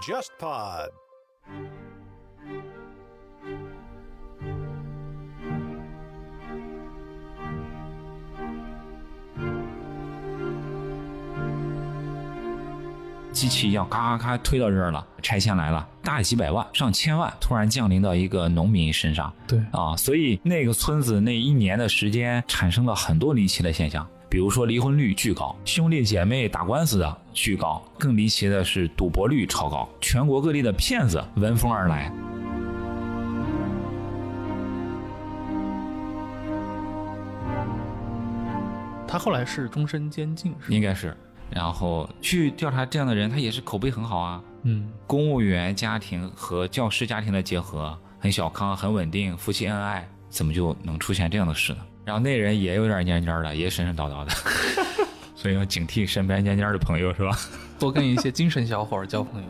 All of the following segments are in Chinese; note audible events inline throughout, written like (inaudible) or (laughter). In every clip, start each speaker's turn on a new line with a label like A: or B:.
A: JustPod.
B: “机器要咔咔咔推到这儿了，拆迁来了，大几百万、上千万，突然降临到一个农民身上
C: 对，
B: 啊，所以那个村子那一年的时间产生了很多离奇的现象。”比如说离婚率巨高，兄弟姐妹打官司的巨高，更离奇的是赌博率超高，全国各地的骗子闻风而来，
C: 他后来是终身监禁，是吧？
B: 应该是。然后去调查这样的人，他也是口碑很好啊。
C: 嗯，
B: 公务员家庭和教师家庭的结合，很小康，很稳定，夫妻恩爱，怎么就能出现这样的事呢？然后那人也有点蔫蔫的，也神神叨叨的， (laughs) 所以要警惕身边蔫蔫的朋友，是吧？
C: 多跟一些精神小伙儿交 (laughs) 朋友。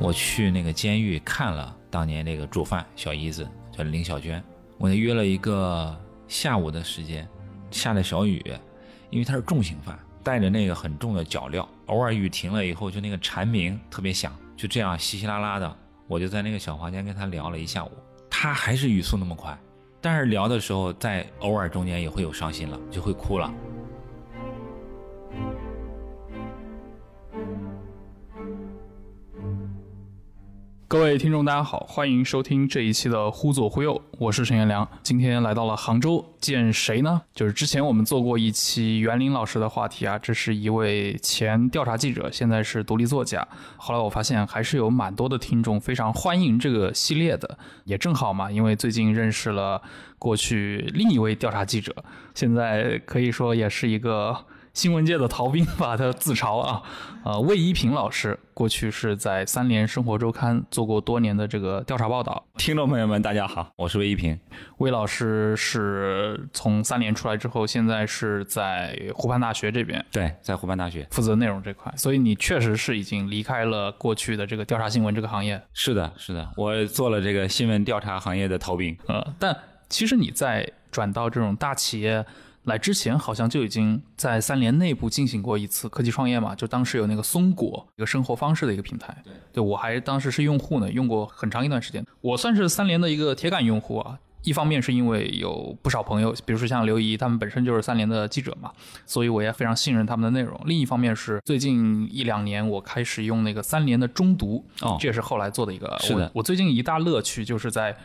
B: 我去那个监狱看了当年那个主犯小姨子，叫林小娟。我那约了一个下午的时间，下着小雨，因为他是重刑犯，带着那个很重的脚镣，偶尔雨停了以后，就那个蝉鸣特别响，就这样稀稀拉拉的，我就在那个小房间跟他聊了一下午，他还是语速那么快，但是聊的时候，在偶尔中间也会有伤心了，就会哭了。
C: 各位听众，大家好，欢迎收听这一期的《忽左忽右》，我是陈彦良。今天来到了杭州，见谁呢？就是之前我们做过一期袁林老师的话题啊，这是一位前调查记者，现在是独立作家。后来我发现还是有蛮多的听众非常欢迎这个系列的，也正好嘛，因为最近认识了过去另一位调查记者，现在可以说也是一个。新闻界的逃兵吧，他自嘲啊，呃，魏一平老师过去是在三联生活周刊做过多年的这个调查报道。
D: 听众朋友们，大家好，
B: 我是魏一平，
C: 魏老师是从三联出来之后，现在是在湖畔大学这边
B: 对，在湖畔大学。
C: 负责内容这块，所以你确实是已经离开了过去的这个调查新闻这个行业，
B: 是的，是的，我做了这个新闻调查行业的逃兵。
C: 呃，但其实你在转到这种大企业。来之前好像就已经在三联内部进行过一次科技创业嘛，就当时有那个松果一个生活方式的一个平台，对，我还当时是用户呢，用过很长一段时间，我算是三联的一个铁杆用户啊。一方面是因为有不少朋友，比如说像刘怡，他们本身就是三联的记者嘛，所以我也非常信任他们的内容。另一方面是最近一两年我开始用那个三联的中读，
B: 哦
C: 这也是后来做的一个。
B: 是的
C: 我，我最近一大乐趣就是在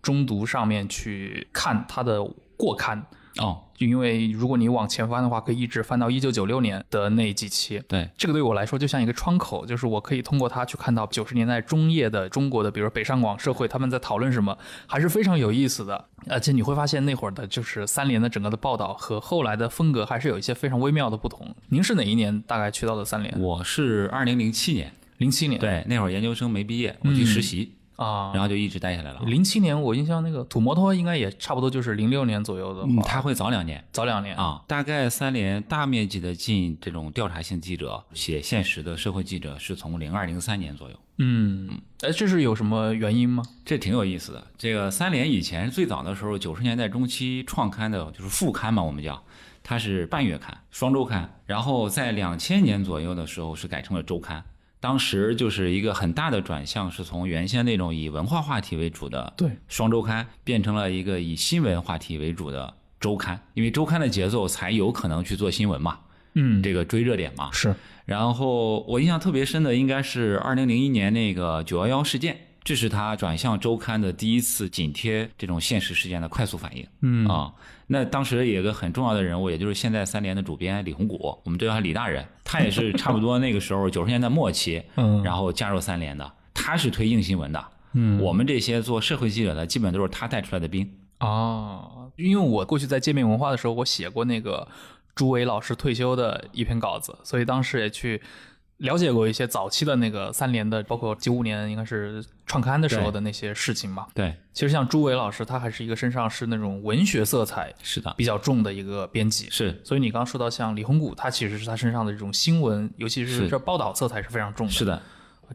C: 中读上面去看它的过刊。
B: 哦，
C: 就因为如果你往前翻的话，可以一直翻到一九九六年的那几期。
B: 对，
C: 这个对我来说就像一个窗口，就是我可以通过它去看到九十年代中叶的中国的，比如北上广社会他们在讨论什么，还是非常有意思的。而且你会发现那会儿的就是三联的整个的报道和后来的风格还是有一些非常微妙的不同。您是哪一年大概去到的三联？
B: 我是二零零七年，
C: 零七年。
B: 对，那会儿研究生没毕业，我去实习，
C: 啊
B: 然，后就一直待下来了。
C: 零七年我印象那个土摩托应该也差不多就是零六年左右的话，
B: 嗯，他会早两年
C: 早两年。
B: 啊，大概三联大面积的进这种调查性记者、写现实的社会记者，是从零二零三年左右。
C: 嗯，哎，这是有什么原因吗？
B: 这挺有意思的。这个三联以前最早的时候，九十年代中期创刊的就是副刊嘛，我们叫它是半月刊、双周刊。然后在两千年左右的时候是改成了周刊。当时就是一个很大的转向，是从原先那种以文化话题为主的
C: 对
B: 双周刊，变成了一个以新闻话题为主的周刊。因为周刊的节奏才有可能去做新闻嘛，
C: 嗯，
B: 这个追热点嘛。
C: 是
B: 然后我印象特别深的应该是二零零一年那个九幺幺事件，这是他转向周刊的第一次紧贴这种现实事件的快速反应。
C: 嗯
B: 啊、那当时有一个很重要的人物，也就是现在三联的主编李红谷，我们都叫他李大人，他也是差不多那个时
C: (laughs)
B: 候九十年代末期，
C: 嗯
B: 然后加入三联的，他是推硬新闻的。
C: 嗯
B: 我们这些做社会记者的，基本都是他带出来的兵。
C: 哦，因为我过去在界面文化的时候，我写过那个朱伟老师退休的一篇稿子，所以当时也去了解过一些早期的那个三联的，包括九五年应该是创刊的时候的那些事情嘛。
B: 对，
C: 其实像朱伟老师，他还是一个身上是那种文学色彩
B: 是的，
C: 比较重的一个编辑。
B: 是
C: 所以你刚刚说到像李洪谷，他其实是他身上的这种新闻，尤其是
B: 是
C: 这报道色彩是非非常重的。
B: 是的，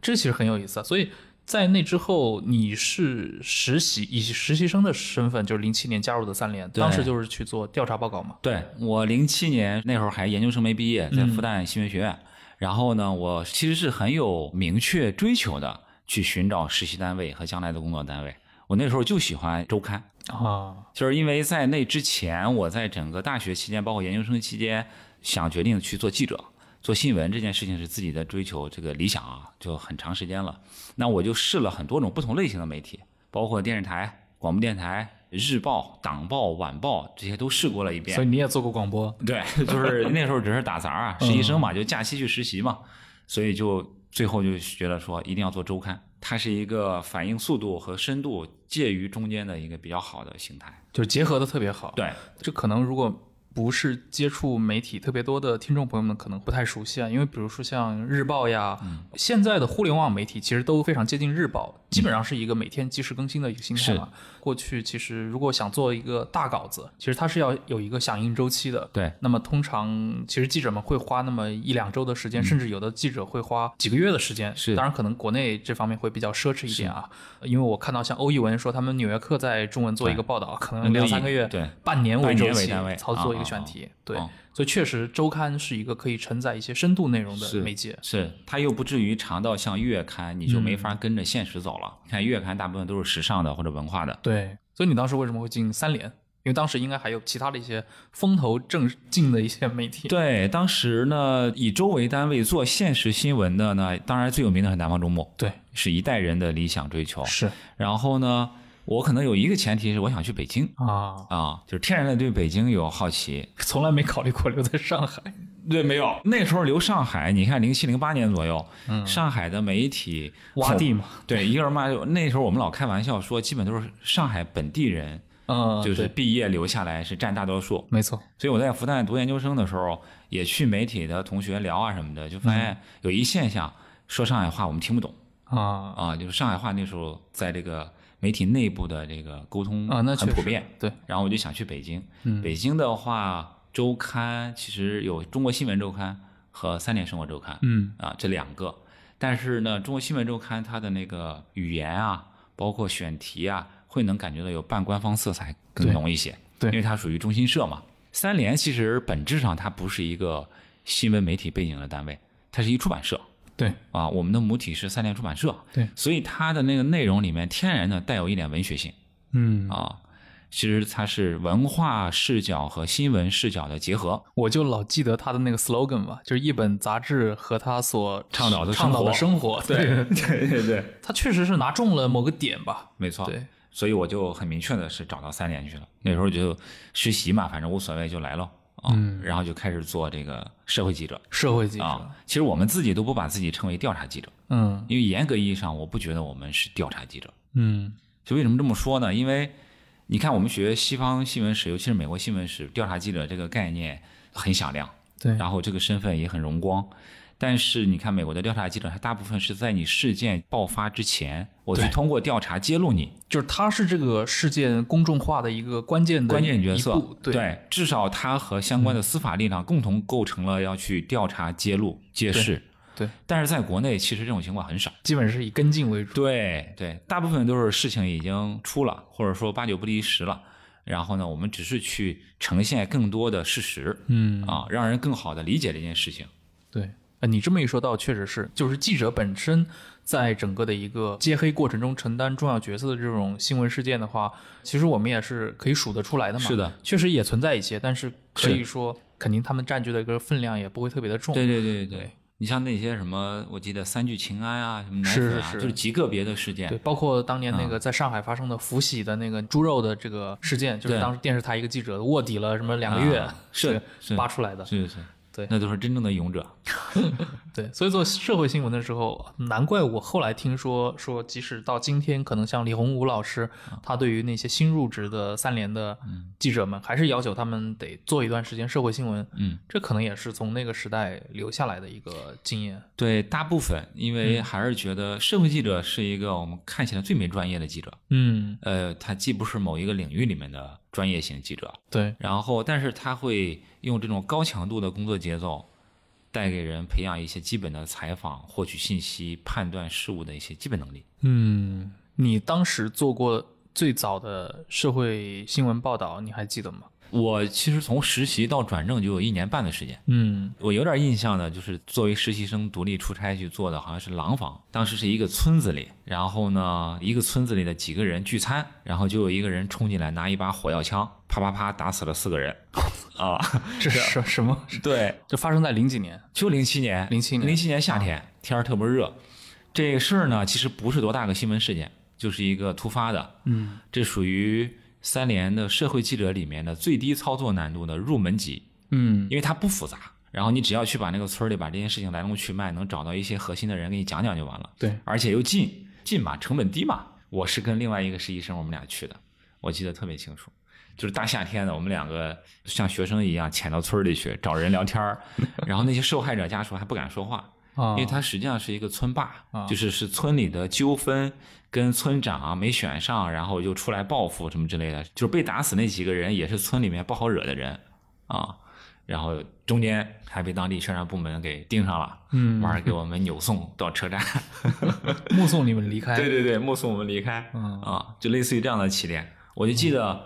C: 这其实很有意思啊。所以在那之后，你是实习以实习生的身份，就是零七年加入的三联，
B: 对
C: 当时就是去做调查报告嘛。
B: 对我零七年那会儿还研究生没毕业，在
C: 嗯
B: 复旦新闻学院。然后呢，我其实是很有明确追求的，去寻找实习单位和将来的工作单位。我那时候就喜欢周刊，
C: 啊，
B: 就是因为在那之前，我在整个大学期间，包括研究生期间，想决定去做记者、做新闻这件事情是自己的追求，这个理想啊，就很长时间了。那我就试了很多种不同类型的媒体，包括电视台、广播电台、日报、党报、晚报这些都试过了一遍。
C: 所以你也做过广播
B: 对， (laughs) 就是那时候只是打杂啊，实习生嘛，就假期去实习嘛，所以就最后就觉得说一定要做周刊，它是一个反应速度和深度介于中间的一个比较好的形态。
C: 就是结合的特别好。，
B: 对，
C: 这可能如果不是接触媒体特别多的听众朋友们，可能不太熟悉啊。因为比如说像日报呀，现在的互联网媒体其实都非常接近日报，基本上是一个每天及时更新的一个心态嘛。过去其实如果想做一个大稿子，其实它是要有一个响应周期的。
B: 对，
C: 那么通常其实记者们会花那么一两周的时间，甚至有的记者会花几个月的时
B: 嗯
C: 间。
B: 是
C: 当然可能国内这方面会比较奢侈一点啊，因为我看到像欧一文说他们《纽约客》在中文做一个报道，可能两三个月，
B: 对，
C: 半年为
B: 半
C: 周
B: 年为
C: 期
B: 单位
C: 操作一
B: 啊啊
C: 个选
B: 啊
C: 题，对，
B: 嗯
C: 所以确实周刊是一个可以承载一些深度内容的
B: 是
C: 媒介。
B: 是它又不至于长到像月刊，你就没
C: 嗯
B: 法跟着现实走了。看月刊大部分都是时尚的或者文化的，
C: 对，所以你当时为什么会进三联？因为当时应该还有其他的一些风头正劲的一些媒体。
B: 对，当时呢，以周为单位做现实新闻的呢，当然最有名的是南方周末，
C: 对，
B: 是一代人的理想追求。
C: 是
B: 然后呢，我可能有一个前提是我想去北京
C: 啊，
B: 啊，就是天然的对北京有好奇。
C: 从来没考虑过留在上海。
B: 对，没有那时候留上海，你看零七零八年左右，上海的媒体
C: 洼地嘛，
B: 对，一个人嘛，那时候我们老开玩笑说，基本都是上海本地人，
C: 嗯，
B: 就是
C: 对
B: 毕业留下来是占大多数。
C: 没错，
B: 所以我在复旦读研究生的时候，也去媒体的同学聊啊什么的，就发现有一现象，说上海话我们听不懂
C: 啊
B: 啊，就是上海话那时候在这个媒体内部的这个沟通
C: 啊，那确
B: 很
C: 实
B: 普遍。。
C: 对，嗯
B: 然后我就想去北京，北京的话，周刊其实有《中国新闻周刊》和《三联生活周刊》
C: 嗯，
B: 啊这两个，但是呢，《中国新闻周刊》它的那个语言啊，包括选题啊，会能感觉到有半官方色彩更
C: 对
B: 浓一些。
C: 对
B: 因为它属于中新社嘛。三联其实本质上它不是一个新闻媒体背景的单位，它是一出版社
C: 对，
B: 啊。我们的母体是三联出版社，
C: 对
B: 所以它的那个内容里面天然的带有一点文学性
C: 嗯，
B: 啊。其实它是文化视角和新闻视角的结合，
C: 我就老记得他的那个 slogan 吧，就是一本杂志和他所
B: 倡导的
C: 倡导的
B: (laughs)
C: 生活。 (laughs) 对，
B: 对对对，
C: 他确实是拿中了某个点吧。
B: 没错。
C: 对，
B: 所以我就很明确的是找到三联去了。那时候就实习嘛，反正无所谓，就来了啊。
C: 嗯
B: 然后就开始做这个社会记者
C: 社会记者，
B: 啊。其实我们自己都不把自己称为调查记者，
C: 嗯
B: 因为严格意义上，我不觉得我们是调查记者。
C: 嗯
B: 就为什么这么说呢？因为你看，我们学西方新闻史，尤其是美国新闻史，调查记者这个概念很响亮，
C: 对
B: 然后这个身份也很荣光。但是你看，美国的调查记者，他大部分是在你事件爆发之前，我去
C: 对
B: 通过调查揭露你，
C: 就是他是这个事件公众化的一个关键的
B: 关键角
C: 一
B: 色
C: 步，对
B: 至少他和相关的司法力量共同构成了要去调查、揭露、揭示。
C: 对，
B: 但是在国内，其实这种情况很少。
C: 基本是以跟进为主。
B: 对对，大部分都是事情已经出了，或者说八九不离十了。然后呢，我们只是去呈现更多的事实，
C: 嗯，
B: 啊，让人更好的理解这件事情。
C: 对。呃你这么一说到，确实是，就是记者本身在整个的一个揭黑过程中承担重要角色的这种新闻事件的话，其实我们也是可以数得出来的嘛。
B: 是的，
C: 确实也存在一些，但是可
B: 是
C: 以说，肯定他们占据的一个分量也不会特别的重。
B: 对对对对
C: 对
B: 对，你像那些什么，我记得三聚氰胺啊，什么奶
C: 是
B: 粉啊，
C: 是是
B: 就是极个别的事件
C: 对，。包括当年那
B: 嗯
C: 个在上海发生的福喜的那个猪肉的这个事件，就是
B: 对
C: 当时电视台一个记者卧底了什么两个月，
B: 啊是
C: 这个
B: 是
C: 扒出来的。
B: 是是，
C: 对
B: 那都是真正的勇者。
C: 对，所以做社会新闻的时候，难怪我后来听说说，即使到今天，可能像李洪武老师，
B: 啊
C: 他对于那些新入职的三联的记者们，还是要求他们得做一段时间社会新闻。
B: 嗯，
C: 这可能也是从那个时代留下来的一个经验。
B: 对，大部分因
C: 嗯
B: 为还是觉得社会记者是一个我们看起来最没专业的记者，
C: 嗯，
B: 呃，他既不是某一个领域里面的专业型记者，
C: 对，
B: 然后但是他会用这种高强度的工作节奏带给人培养一些基本的采访、获取信息、判断事物的一些基本能力。
C: 嗯，你当时做过最早的社会新闻报道，你还记得吗？
B: 我其实从实习到转正就有一年半的时间。
C: 嗯
B: 我有点印象呢，就是作为实习生独立出差去做的，好像是廊坊，当时是一个村子里，然后呢，一个村子里的几个人聚餐，然后就有一个人冲进来拿一把火药枪，啪啪啪打死了四个人，啊，
C: 这 (laughs) 是什什 (laughs) 么？
B: 对，
C: 这发生在零几年？
B: 就零七年，
C: 07年啊
B: 零七年夏天，天儿特别热。这个事儿呢，其实不是多大个新闻事件，就是一个突发的。
C: 嗯，
B: 这属于三联的社会记者里面的最低操作难度的入门级，
C: 嗯
B: 因为它不复杂。然后你只要去把那个村儿里把这件事情来龙去脉，能找到一些核心的人给你讲讲就完了。
C: 对，
B: 而且又近近嘛，成本低嘛。我是跟另外一个实习生，我们俩去的，我记得特别清楚，就是大夏天的，我们两个像学生一样潜到村儿里去找人聊天儿，然后那些受害者家属还不敢说话，
C: 啊
B: 因为它实际上是一个村霸
C: 啊，
B: 就是是村里的纠纷跟村长没选上，然后就出来报复什么之类的，就是被打死那几个人也是村里面不好惹的人啊，然后中间还被当地宣传部门给盯上了，
C: 嗯
B: 完了给我们扭送到车
C: (laughs)
B: 站。
C: 目送你们离开。
B: 对对对，目送我们离开，
C: 嗯
B: 啊，就类似于这样的起点。我就记得，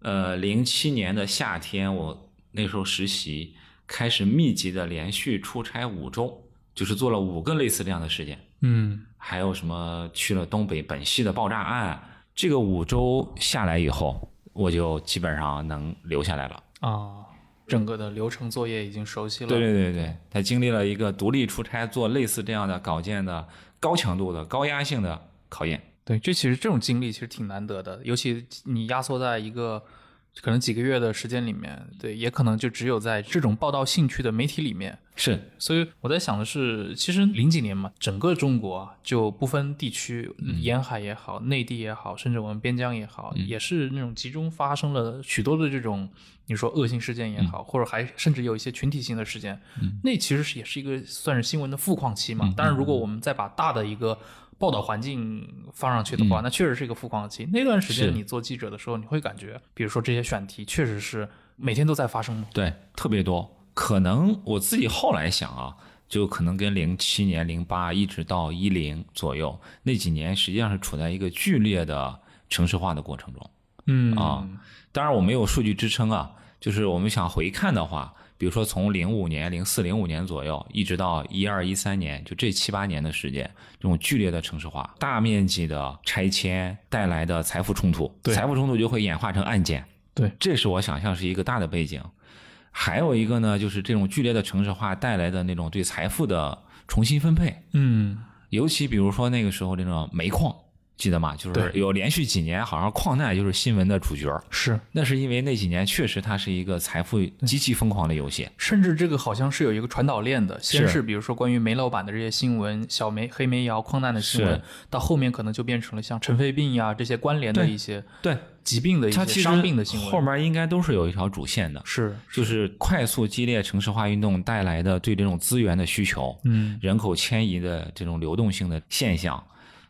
B: 呃，零七年的夏天，我那时候实习，开始密集的连续出差五周，就是做了五个类似这样的事件，
C: 嗯
B: 还有什么去了东北本溪的爆炸案。这个五周下来以后，我就基本上能留下来了。
C: 啊，整个的流程作业已经熟悉了。
B: 对对对对，他经历了一个独立出差做类似这样的稿件的高强度的高压性的考验。
C: 对，这其实这种经历其实挺难得的，尤其你压缩在一个可能几个月的时间里面，对，也可能就只有在这种报道兴趣的媒体里面。
B: 是，
C: 所以我在想的是，其实零几年嘛，整个中国啊，就不分地区，沿海也好，内地也好，甚至我们边疆也好，也是那种集中发生了许多的这种，你说恶性事件也好，或者还甚至有一些群体性的事件，那其实是也是一个算是新闻的富矿期嘛。嗯当然，如果我们再把大的一个报道环境放上去的话，那确实是一个富矿期。那段时
B: 是
C: 间你做记者的时候，你会感觉，比如说这些选题确实是每天都在发生吗？
B: 对，特别多。可能我自己后来想啊，就可能跟零七年、零八一直到一零左右那几年，实际上是处在一个剧烈的城市化的过程中。
C: 嗯
B: 啊当然，我没有数据支撑啊，就是我们想回看的话，比如说从零五年、零四、零五年左右，一直到一二、一三年，就这七八年的时间，这种剧烈的城市化、大面积的拆迁带来的财富冲突，
C: 对
B: 财富冲突就会演化成案件。
C: 对，
B: 这是我想象是一个大的背景。还有一个呢，就是这种剧烈的城市化带来的那种对财富的重新分配，
C: 嗯。
B: 尤其比如说那个时候这种煤矿，记得吗？就是
C: 对
B: 有连续几年，好像矿难就是新闻的主角儿。
C: 是，
B: 那是因为那几年确实它是一个财富极其疯狂的游戏。
C: 甚至这个好像是有一个传导链的，先
B: 是
C: 是比如说关于煤老板的这些新闻，小煤黑煤窑矿难的新闻
B: 是，
C: 到后面可能就变成了像尘肺病呀这些关联的
B: 对
C: 一些
B: 对，
C: 疾病的一
B: 它
C: 些
B: 其实
C: 伤病的新闻。
B: 后面应该都是有一条主线的，
C: 是，
B: 就是快速激烈城市化运动带来的对这种资源的需求、
C: 嗯，
B: 人口迁移的这种流动性的现象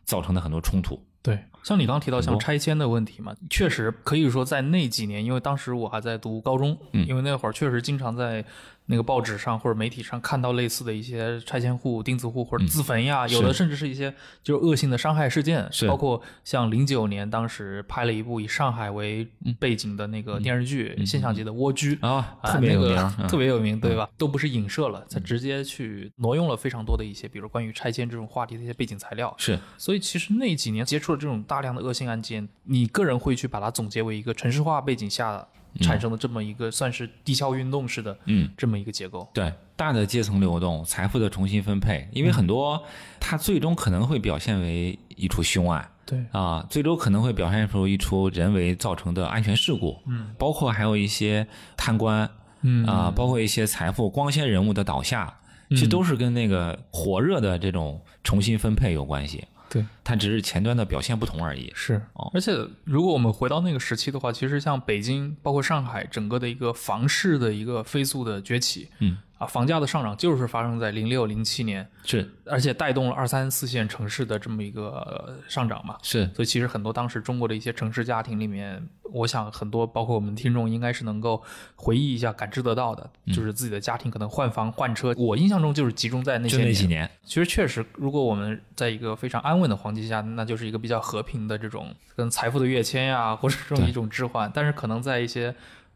B: 造成的很多冲突。
C: 对，像你刚提
B: 哦
C: 到像拆迁的问题嘛，确实可以说在那几年，因为当时我还在读高中，
B: 嗯
C: 因为那会儿确实经常在那个报纸上或者媒体上看到类似的一些拆迁户、钉子户或者自焚呀，有
B: 嗯
C: 的
B: 是
C: 甚至是一些就是恶性的伤害事件，
B: 是
C: 包括像零九年当时拍了一部以上海为
B: 嗯
C: 背景的那个电视剧《现象级的蜗居》
B: 啊
C: 啊
B: 特别有名
C: 那个
B: 嗯
C: 特别有名，对吧？都不是影射了，它直接去挪用了非常多的一些，比如关于拆迁这种话题的一些背景材料，
B: 是
C: 所以其实那几年接触了这种大量的恶性案件，你个人会去把它总结为一个城市化背景下产生的这么一个算是地壳运动式的，
B: 嗯，
C: 这么一个结构。
B: 对大的阶层流动、财富的重新分配，因
C: 嗯
B: 为很多它最终可能会表现为一出凶案。
C: 对，
B: 啊，最终可能会表现出一出人为造成的安全事故，嗯，包括还有一些贪官，
C: 嗯
B: 啊，包括一些财富光鲜人物的倒下，其实都是跟那个火热的这种重新分配有关系，
C: 对，
B: 它只是前端的表现不同而已。
C: 是
B: 哦。
C: 而且如果我们回到那个时期的话，其实像北京，包括上海，整个的一个房市的一个飞速的崛起，
B: 嗯。
C: 啊，房价的上涨就是发生在零六零七年，
B: 是
C: 而且带动了二三四线城市的这么一个呃上涨嘛。
B: 是，
C: 所以其实很多当时中国的一些城市家庭里面，我想很多包括我们听众应该是能够回忆一下、感知得到的，
B: 嗯
C: 就是自己的家庭可能换房换车，我印象中就是集中在那
B: 就
C: 些
B: 那
C: 年
B: 几年，
C: 其实确实，如果我们在一个非常安稳的环境下，那就是一个比较和平的这种跟财富的跃迁呀、或者这种
B: 对
C: 一种置换。但是可能在一些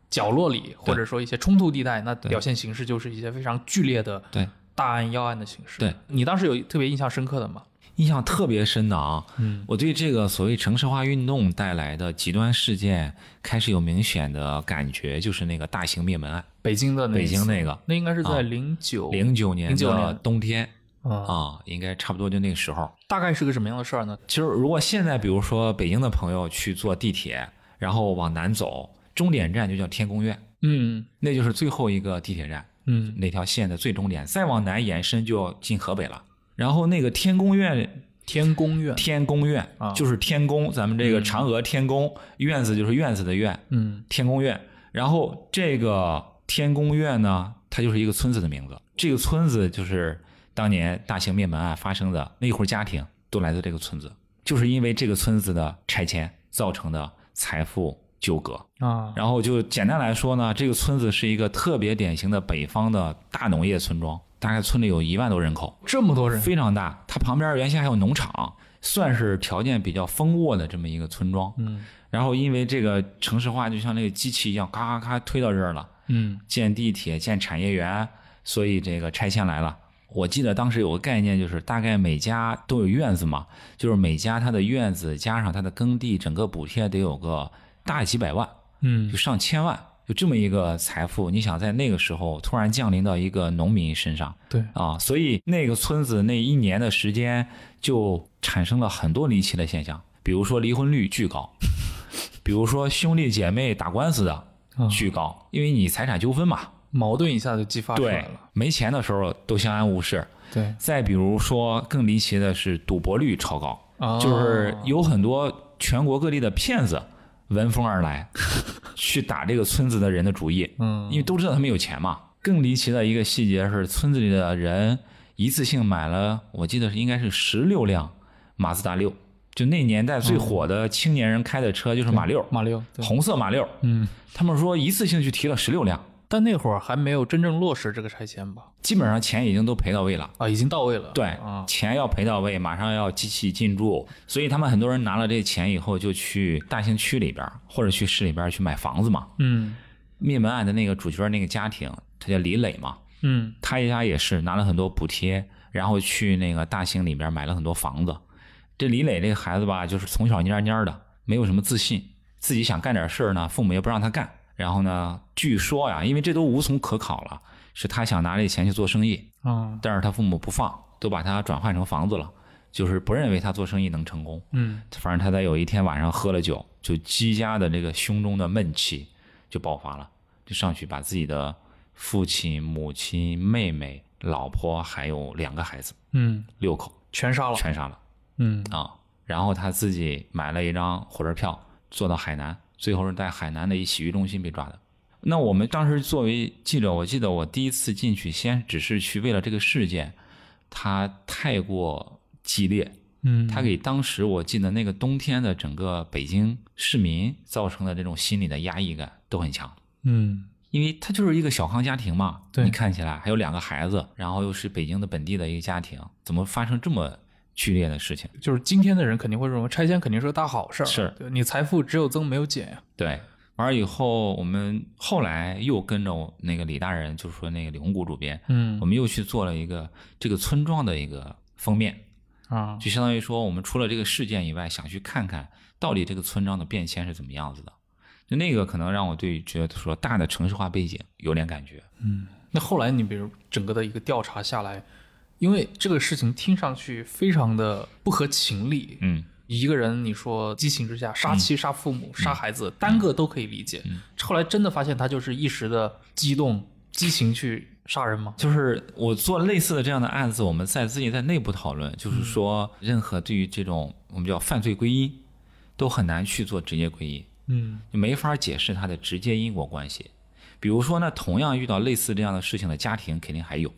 C: 角落里，或者说一些冲突地带，那表现形式就是一些非常剧烈的
B: 对
C: 大案要案的形式。
B: 对，
C: 你当时有特别印象深刻的吗？
B: 印象特别深的啊。
C: 嗯，
B: 我对这个所谓城市化运动带来的极端事件开始有明显的感觉，就是那个大型灭门案，
C: 北京的那
B: 北
C: 一次
B: 京那个
C: 那应该是在
B: 啊
C: 零九
B: 零九年
C: 09
B: 的
C: 年
B: 冬天
C: 啊，
B: 啊，应该差不多就那个时候。
C: 大概是个什么样的事儿呢？
B: 其实如果现在比如说北京的朋友去坐地铁，然后往南走，终点站就叫天宫院，
C: 嗯
B: 那就是最后一个地铁站。
C: 嗯，
B: 那条线的最终点，再往南延伸就要进河北了。然后那个天宫院，
C: 天宫院，
B: 天宫院、
C: 啊
B: 就是天宫，咱们这个嫦娥天宫、院子就是院子的院，
C: 嗯
B: 天宫院。然后这个天宫院呢，它就是一个村子的名字。这个村子就是当年大型灭门案发生的那一户家庭都来自这个村子，就是因为这个村子的拆迁造成的财富纠葛。
C: 啊，
B: 然后就简单来说呢，这个村子是一个特别典型的北方的大农业村庄，大概村里有一万多人口，
C: 这么多人，
B: 非常大。它旁边原先还有农场，算是条件比较丰沃的这么一个村庄。
C: 嗯
B: 然后因为这个城市化就像那个机器一样，咔咔咔推到这儿了，
C: 嗯
B: 建地铁、建产业园，所以这个拆迁来了。我记得当时有个概念，就是大概每家都有院子嘛，就是每家它的院子加上它的耕地，整个补贴得有个大几百万。
C: 嗯
B: 就上千万，就这么一个财富，你想在那个时候突然降临到一个农民身上
C: 对，
B: 啊，所以那个村子那一年的时间就产生了很多离奇的现象，比如说离婚率巨高，比如说兄弟姐妹打官司的
C: 啊
B: 巨高，因为你财产纠纷嘛，
C: 矛盾一下就激发出来
B: 对
C: 了。，
B: 没钱的时候都相安无事。
C: 对，
B: 再比如说更离奇的是赌博率超高，
C: 啊
B: 就是有很多全国各地的骗子闻风而
C: (laughs)
B: 来，去打这个村子的人的主意，
C: 嗯
B: 因为都知道他们有钱嘛。更离奇的一个细节是，村子里的人一次性买了，我记得是应该是十六辆马自达六，就那年代最火的青年人开的车就是马六，
C: 马六，嗯对
B: 红色马六。
C: 嗯，
B: 他们说一次性去提了十六辆，
C: 但那会儿还没有真正落实这个拆迁吧？
B: 基本上钱已经都赔到位了。
C: 啊，已经到位了。
B: 对
C: 啊，，
B: 钱要赔到位，马上要机器进驻，所以他们很多人拿了这钱以后，就去大兴区里边儿或者去市里边儿去买房子嘛。
C: 嗯
B: 灭门案的那个主角那个家庭，他叫李磊嘛，
C: 嗯
B: 他家也是拿了很多补贴，然后去那个大兴里边儿买了很多房子。这李磊这个孩子吧，就是从小蔫蔫的，没有什么自信，自己想干点事儿呢，父母也不让他干。然后呢，据说呀，因为这都无从可考了，是他想拿这钱去做生意，
C: 啊
B: 但是他父母不放，都把他转换成房子了，就是不认为他做生意能成功。
C: 嗯
B: 反正他在有一天晚上喝了酒，就积压的这个胸中的闷气就爆发了，就上去把自己的父亲、母亲、妹妹、老婆还有两个孩子
C: 嗯，
B: 六口
C: 全杀了。
B: 全杀了
C: 嗯
B: 啊！然后他自己买了一张火车票，坐到海南，最后是在海南的一洗浴中心被抓的。那我们当时作为记者，我记得我第一次进去，先只是去为了这个事件，它太过激烈，
C: 嗯，
B: 它给当时我记得那个冬天的整个北京市民造成的这种心理的压抑感都很强，
C: 嗯
B: 因为它就是一个小康家庭嘛，
C: 对
B: 你看起来还有两个孩子，然后又是北京的本地的一个家庭，怎么发生这么剧烈的事情？
C: 就是今天的人肯定会认为拆迁肯定是个大好事儿，
B: 是
C: 对你财富只有增没有减呀。
B: 对，完了以后，我们后来又跟着我那个李大人，就是说那个李红谷主编，
C: 嗯
B: 我们又去做了一个这个村庄的一个封面，
C: 啊
B: 就相当于说，我们除了这个事件以外，想去看看到底这个村庄的变迁是怎么样子的。就那个可能让我对觉得说大的城市化背景有点感觉。
C: 那后来你比如整个的一个调查下来，因为这个事情听上去非常的不合情理，
B: 嗯，
C: 一个人，你说激情之下杀妻、杀父母、杀孩子，单个都可以理解。后来真的发现他就是一时的激动、激情去杀人吗？
B: 就是我做类似的这样的案子，我们在自己在内部讨论，就是说
C: 嗯
B: 任何对于这种我们叫犯罪归因，都很难去做直接归因，
C: 嗯
B: 就没法解释它的直接因果关系。比如说呢，同样遇到类似这样的事情的家庭肯定还有，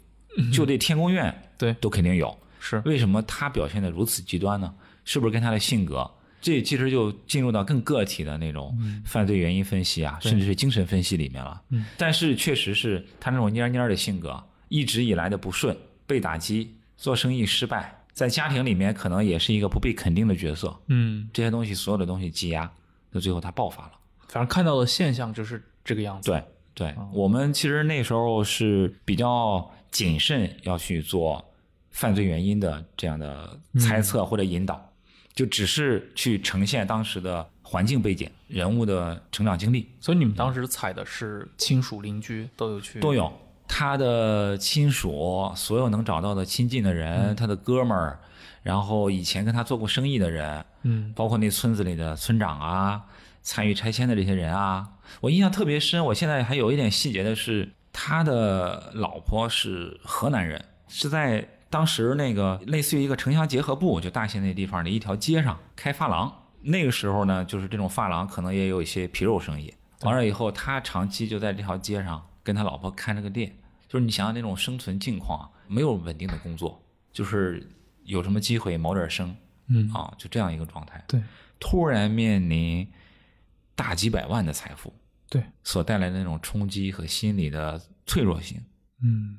B: 就这天宫院
C: 嗯对
B: 都肯定有。
C: 是
B: 为什么他表现的如此极端呢？是不是跟他的性格？这其实就进入到更个体的那种犯罪原因分析啊，甚至是精神分析里面了。
C: 嗯
B: 但是确实是他那种蔫蔫的性格，一直以来的不顺，被打击，做生意失败，在家庭里面可能也是一个不被肯定的角色。
C: 嗯，
B: 这些东西所有的东西积压，到最后他爆发了。
C: 反正看到的现象就是这个样子。
B: 对对，我们其实那时候是比较谨慎要去做犯罪原因的这样的猜测或者引导，就只是去呈现当时的环境背景、人物的成长经历
C: 所以你们当时采的是亲属邻居都有去
B: 都有。他的亲属，所有能找到的亲近的人，
C: 嗯
B: 他的哥们儿，然后以前跟他做过生意的人，
C: 嗯
B: 包括那村子里的村长啊，参与拆迁的这些人啊，我印象特别深。我现在还有一点细节的是，他的老婆是河南人，是在当时那个类似于一个城乡结合部，就大兴那地方的一条街上开发廊。那个时候呢，就是这种发廊可能也有一些皮肉生意。完了以后，他长期就在这条街上跟他老婆看这个店，就是你想想那种生存境况啊，没有稳定的工作，就是有什么机会谋点生，
C: 嗯
B: 啊，就这样一个状态。
C: 对
B: 突然面临大几百万的财富
C: 对，
B: 所带来的那种冲击和心理的脆弱性，
C: 嗯，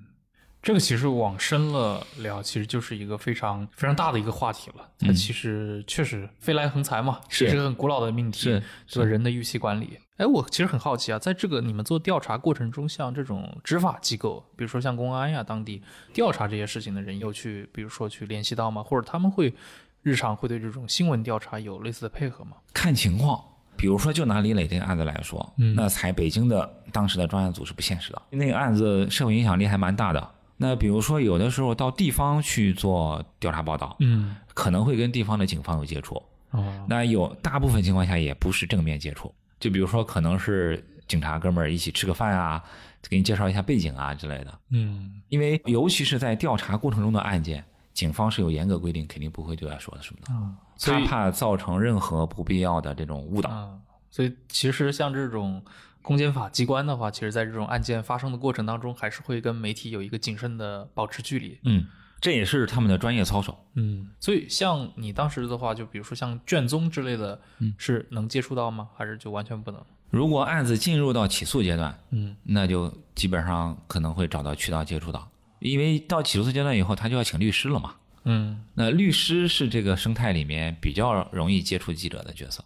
C: 这个其实往深了聊，其实就是一个非常非常大的一个话题了。它其实确实飞来横财嘛，
B: 嗯是
C: 这个很古老的命题
B: 是，
C: 这个人的预期管理。哎，我其实很好奇啊，在这个你们做调查过程中，像这种执法机构，比如说像公安呀、当地调查这些事情的人，有去比如说去联系到吗？或者他们会日常会对这种新闻调查有类似的配合吗？
B: 看情况。比如说，就拿李磊这个案子来说，
C: 嗯
B: 那采北京的当时的专案组是不现实的，那个案子社会影响力还蛮大的。那比如说，有的时候到地方去做调查报道，
C: 嗯，
B: 可能会跟地方的警方有接触。
C: 哦，
B: 那有大部分情况下也不是正面接触，就比如说可能是警察哥们儿一起吃个饭啊，给你介绍一下背景啊之类的。
C: 嗯，
B: 因为尤其是在调查过程中的案件，警方是有严格规定，肯定不会对外说什么的，
C: 啊，所
B: 他
C: 以
B: 怕造成任何不必要的这种误导。
C: 啊，所以其实像这种公检法机关的话，其实在这种案件发生的过程当中，还是会跟媒体有一个谨慎的保持距离。
B: 嗯，这也是他们的专业操守。
C: 嗯，所以像你当时的话，就比如说像卷宗之类的，嗯是能接触到吗？还是就完全不能？
B: 如果案子进入到起诉阶段，
C: 嗯，
B: 那就基本上可能会找到渠道接触到，因为到起诉阶段以后，他就要请律师了嘛。
C: 嗯，
B: 那律师是这个生态里面比较容易接触记者的角色。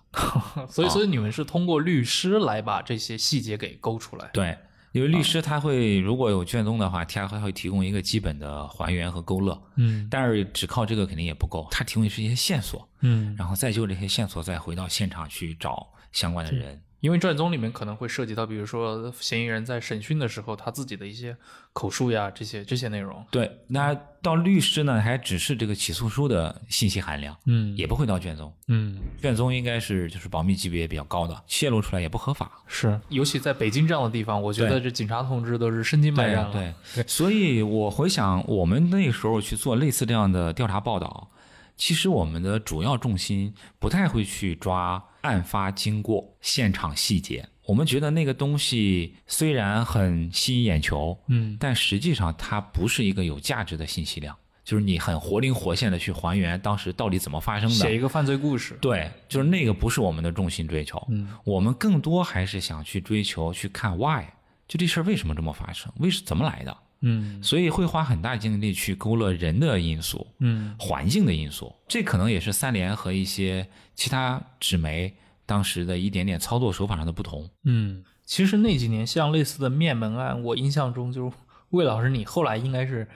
C: 所以
B: 啊
C: 所以你们是通过律师来把这些细节给勾出来。啊
B: 对，因为律师他会如果有卷宗的话，他还会提供一个基本的还原和勾勒。
C: 嗯
B: 但是只靠这个肯定也不够，他提供的是一些线索，
C: 嗯，
B: 然后再就这些线索再回到现场去找相关的人。
C: 因为卷宗里面可能会涉及到，比如说嫌疑人在审讯的时候他自己的一些口述呀，这些这些内容。
B: 对，那到律师呢，还只是这个起诉书的信息含量，
C: 嗯
B: 也不会到卷宗。
C: 嗯，
B: 卷宗应该是就是保密级别比较高的，泄露出来也不合法。
C: 是，尤其在北京这样的地方，我觉
B: 对
C: 得这警察同志都是身经百
B: 对啊
C: 战了。
B: 对，所以我回想我们那时候去做类似这样的调查报道，其实我们的主要重心不太会去抓案发经过、现场细节。我们觉得那个东西虽然很吸引眼球，
C: 嗯
B: 但实际上它不是一个有价值的信息量，就是你很活灵活现的去还原当时到底怎么发生
C: 写
B: 的。
C: 一个犯罪故事。
B: 对，就是那个不是我们的重心追求。
C: 嗯
B: 我们更多还是想去追求、去看 why，就这事儿为什么这么发生，为是怎么来的，
C: 嗯
B: 所以会花很大精力去勾勒人的因素、
C: 嗯
B: 环境的因素。这可能也是三联和一些其他纸媒当时的一点点操作手法上的不同。
C: 嗯。其实那几年像类似的灭门案，我印象中就是魏老师，你后来应该是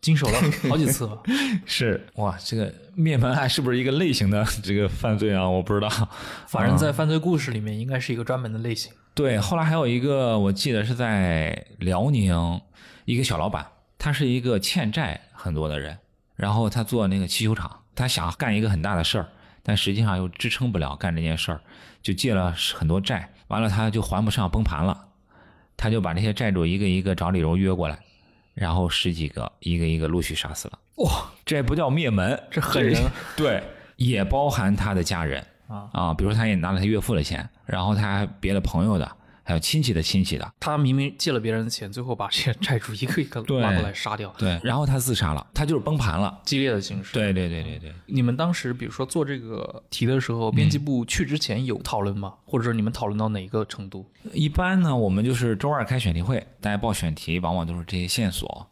C: 经手了好几次
B: (laughs)
C: 吧？
B: 是哇，这个灭门案是不是一个类型的这个犯罪啊？我不知道。
C: 反
B: 啊
C: 正在犯罪故事里面，应该是一个专门的类型。
B: 对，后来还有一个，我记得是在辽宁，一个小老板，他是一个欠债很多的人，然后他做那个汽修厂，他想干一个很大的事儿，但实际上又支撑不了干这件事儿，就借了很多债，完了他就还不上，崩盘了，他就把这些债主一个一个找理由约过来，然后十几个一个一个陆续杀死了。
C: 哇，
B: 这不叫灭门，
C: 这狠人。
B: 对，也包含他的家人
C: 啊
B: 比如他也拿了他岳父的钱，然后他还别的朋友的，还还有亲戚的亲戚的，
C: 他明明借了别人的钱，最后把这些债主一个一个
B: 对
C: 拉过来杀掉，
B: 对，然后他自杀了，他就是崩盘了。
C: 激烈的形式。
B: 对对对对对，
C: 你们当时比如说做这个题的时候，编辑部去之前有讨论吗？或者说你们讨论到哪一个程度？
B: 一般呢，我们就是周二开选题会，大家报选题，往往都是这些线索。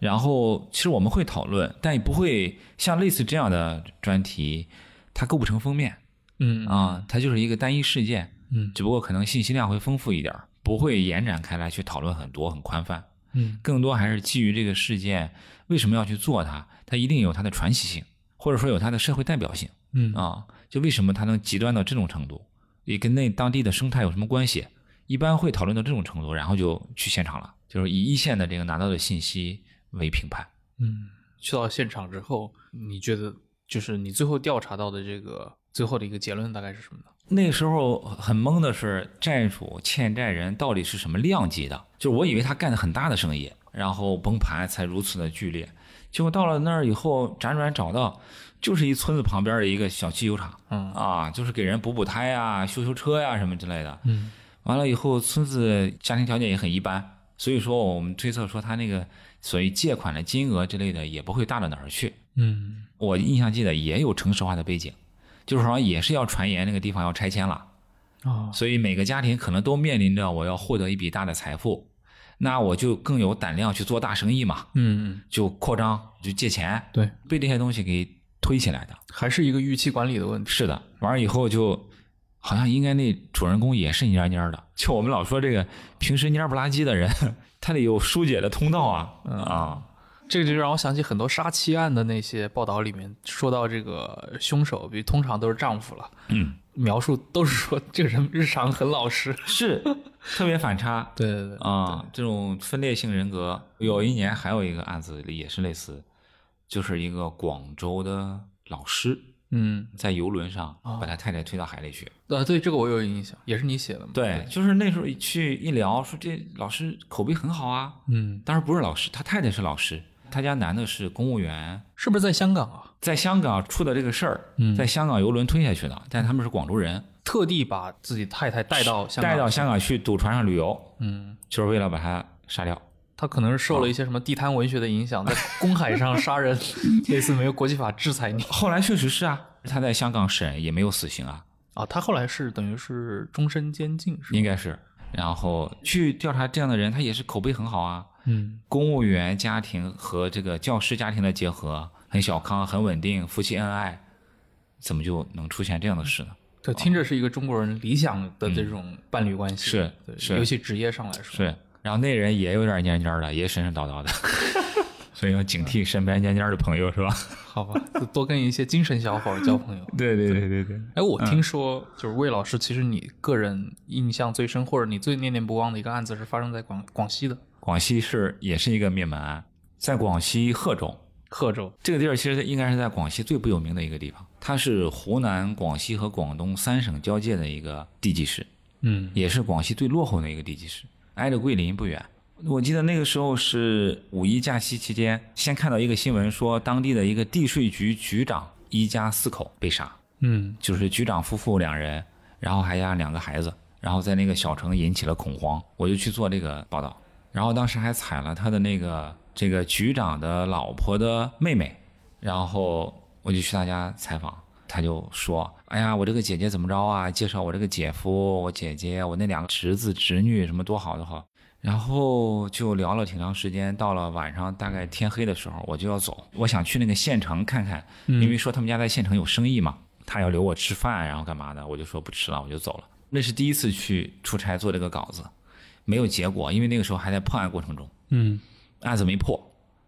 B: 然后其实我们会讨论，但也不会像类似这样的专题，它构不成封面
C: 嗯
B: 啊，它就是一个单一事件，
C: 嗯
B: 只不过可能信息量会丰富一点儿，不会延展开来去讨论很多很宽泛，
C: 嗯
B: 更多还是基于这个事件为什么要去做它，它一定有它的传奇性，或者说有它的社会代表性。
C: 嗯
B: 啊，就为什么它能极端到这种程度，也跟那当地的生态有什么关系？一般会讨论到这种程度，然后就去现场了，就是以一线的这个拿到的信息为评判。
C: 嗯，去到现场之后，你觉得就是你最后调查到的这个最后的一个结论大概是什么呢？
B: 那个时候很懵的是，债主欠债人到底是什么量级的？就是我以为他干的很大的生意，然后崩盘才如此的剧烈。结果到了那儿以后，辗转找到，就是一村子旁边的一个小汽修厂
C: 嗯
B: 啊，就是给人补补胎啊、修修车呀、什么之类的。
C: 嗯
B: 完了以后，村子家庭条件也很一般，所以说我们推测说他那个所谓借款的金额之类的也不会大到哪儿去。
C: 嗯
B: 我印象记得也有城市化的背景，就是好像也是要传言那个地方要拆迁了，
C: 啊
B: 所以每个家庭可能都面临着我要获得一笔大的财富，那我就更有胆量去做大生意嘛，
C: 嗯嗯，
B: 就扩张，就借钱，
C: 对，
B: 被这些东西给推起来的。
C: 还是一个预期管理的问题。
B: 是的，完了以后就好像应该那主人公也是蔫儿蔫儿的。就我们老说这个平时蔫儿不拉几的人， (laughs) 他得有疏解的通道啊啊！
C: 这个就让我想起很多杀妻案的那些报道里面说到这个凶手，比通常都是丈夫了，
B: 嗯，
C: 描述都是说这个人日常很老实。
B: 是特别反差
C: 对对对，
B: 啊！这种分裂性人格，有一年还有一个案子也是类似，就是一个广州的老师
C: 嗯，
B: 在游轮上
C: 哦
B: 把他太太推到海里去。
C: 啊，对这个我有印象，也是你写的嘛？
B: 对，，就是那时候去一聊，说这老师口碑很好啊。
C: 嗯，
B: 当然不是老师，他太太是老师，他家男的是公务员，
C: 是不是在香港啊？
B: 在香港出的这个事儿，
C: 嗯
B: 在香港游轮推下去的，但他们是广州人，
C: 特地把自己太太带到香港，
B: 带到香港去赌船上旅游，
C: 嗯，
B: 就是为了把他杀掉。
C: 他可能是受了一些什么地摊文学的影 (laughs) 响，在公海上杀人，类似没有国际法制裁你
B: 后来确实是啊，他在香港审也没有死刑啊，
C: 啊。他后来是等于是终身监禁是吧？
B: 应该是。然后去调查这样的人，他也是口碑很好啊，
C: 嗯
B: 公务员家庭和这个教师家庭的结合很小康、很稳定，夫妻恩爱，怎么就能出现这样的事呢？
C: 对，听着是一个中国人理想的啊这种伴侣关系，
B: 嗯是
C: 对
B: 是
C: 尤其职业上来说，
B: 是，然后那人也有点蔫蔫的，也神神叨叨的， (laughs) 所以要警惕身边蔫蔫的朋友，是吧？
C: 好吧，就多跟一些精神小伙儿交朋友。
B: 对对对对对。
C: 哎，我听说就是魏老师，其实你个人印象最深，或者你最念念不忘的一个案子是发生在广广西的
B: 广西是也是一个灭门案，在广西贺州
C: 贺州。
B: 这个地儿，其实应该是在广西最不有名的一个地方。它是湖南、广西和广东三省交界的一个地级市，
C: 嗯
B: 也是广西最落后的一个地级市，挨着桂林不远。我记得那个时候是五一假期期间，先看到一个新闻说，当地的一个地税局局长一家四口被杀，
C: 嗯
B: 就是局长夫妇两人，然后还压两个孩子，然后在那个小城引起了恐慌，我就去做这个报道，然后当时还采了他的那个这个局长的老婆的妹妹，然后我就去他家采访，他就说，哎呀，我这个姐姐怎么着啊？介绍我这个姐夫，我姐姐，我那两个侄子侄女什么多好多好。然后就聊了挺长时间，到了晚上大概天黑的时候，我就要走，我想去那个县城看看，因为说他们家在县城有生意嘛，他要留我吃饭，然后干嘛的，我就说不吃了，我就走了。那是第一次去出差做这个稿子，没有结果，因为那个时候还在破案过程中，
C: 嗯
B: 案子没破。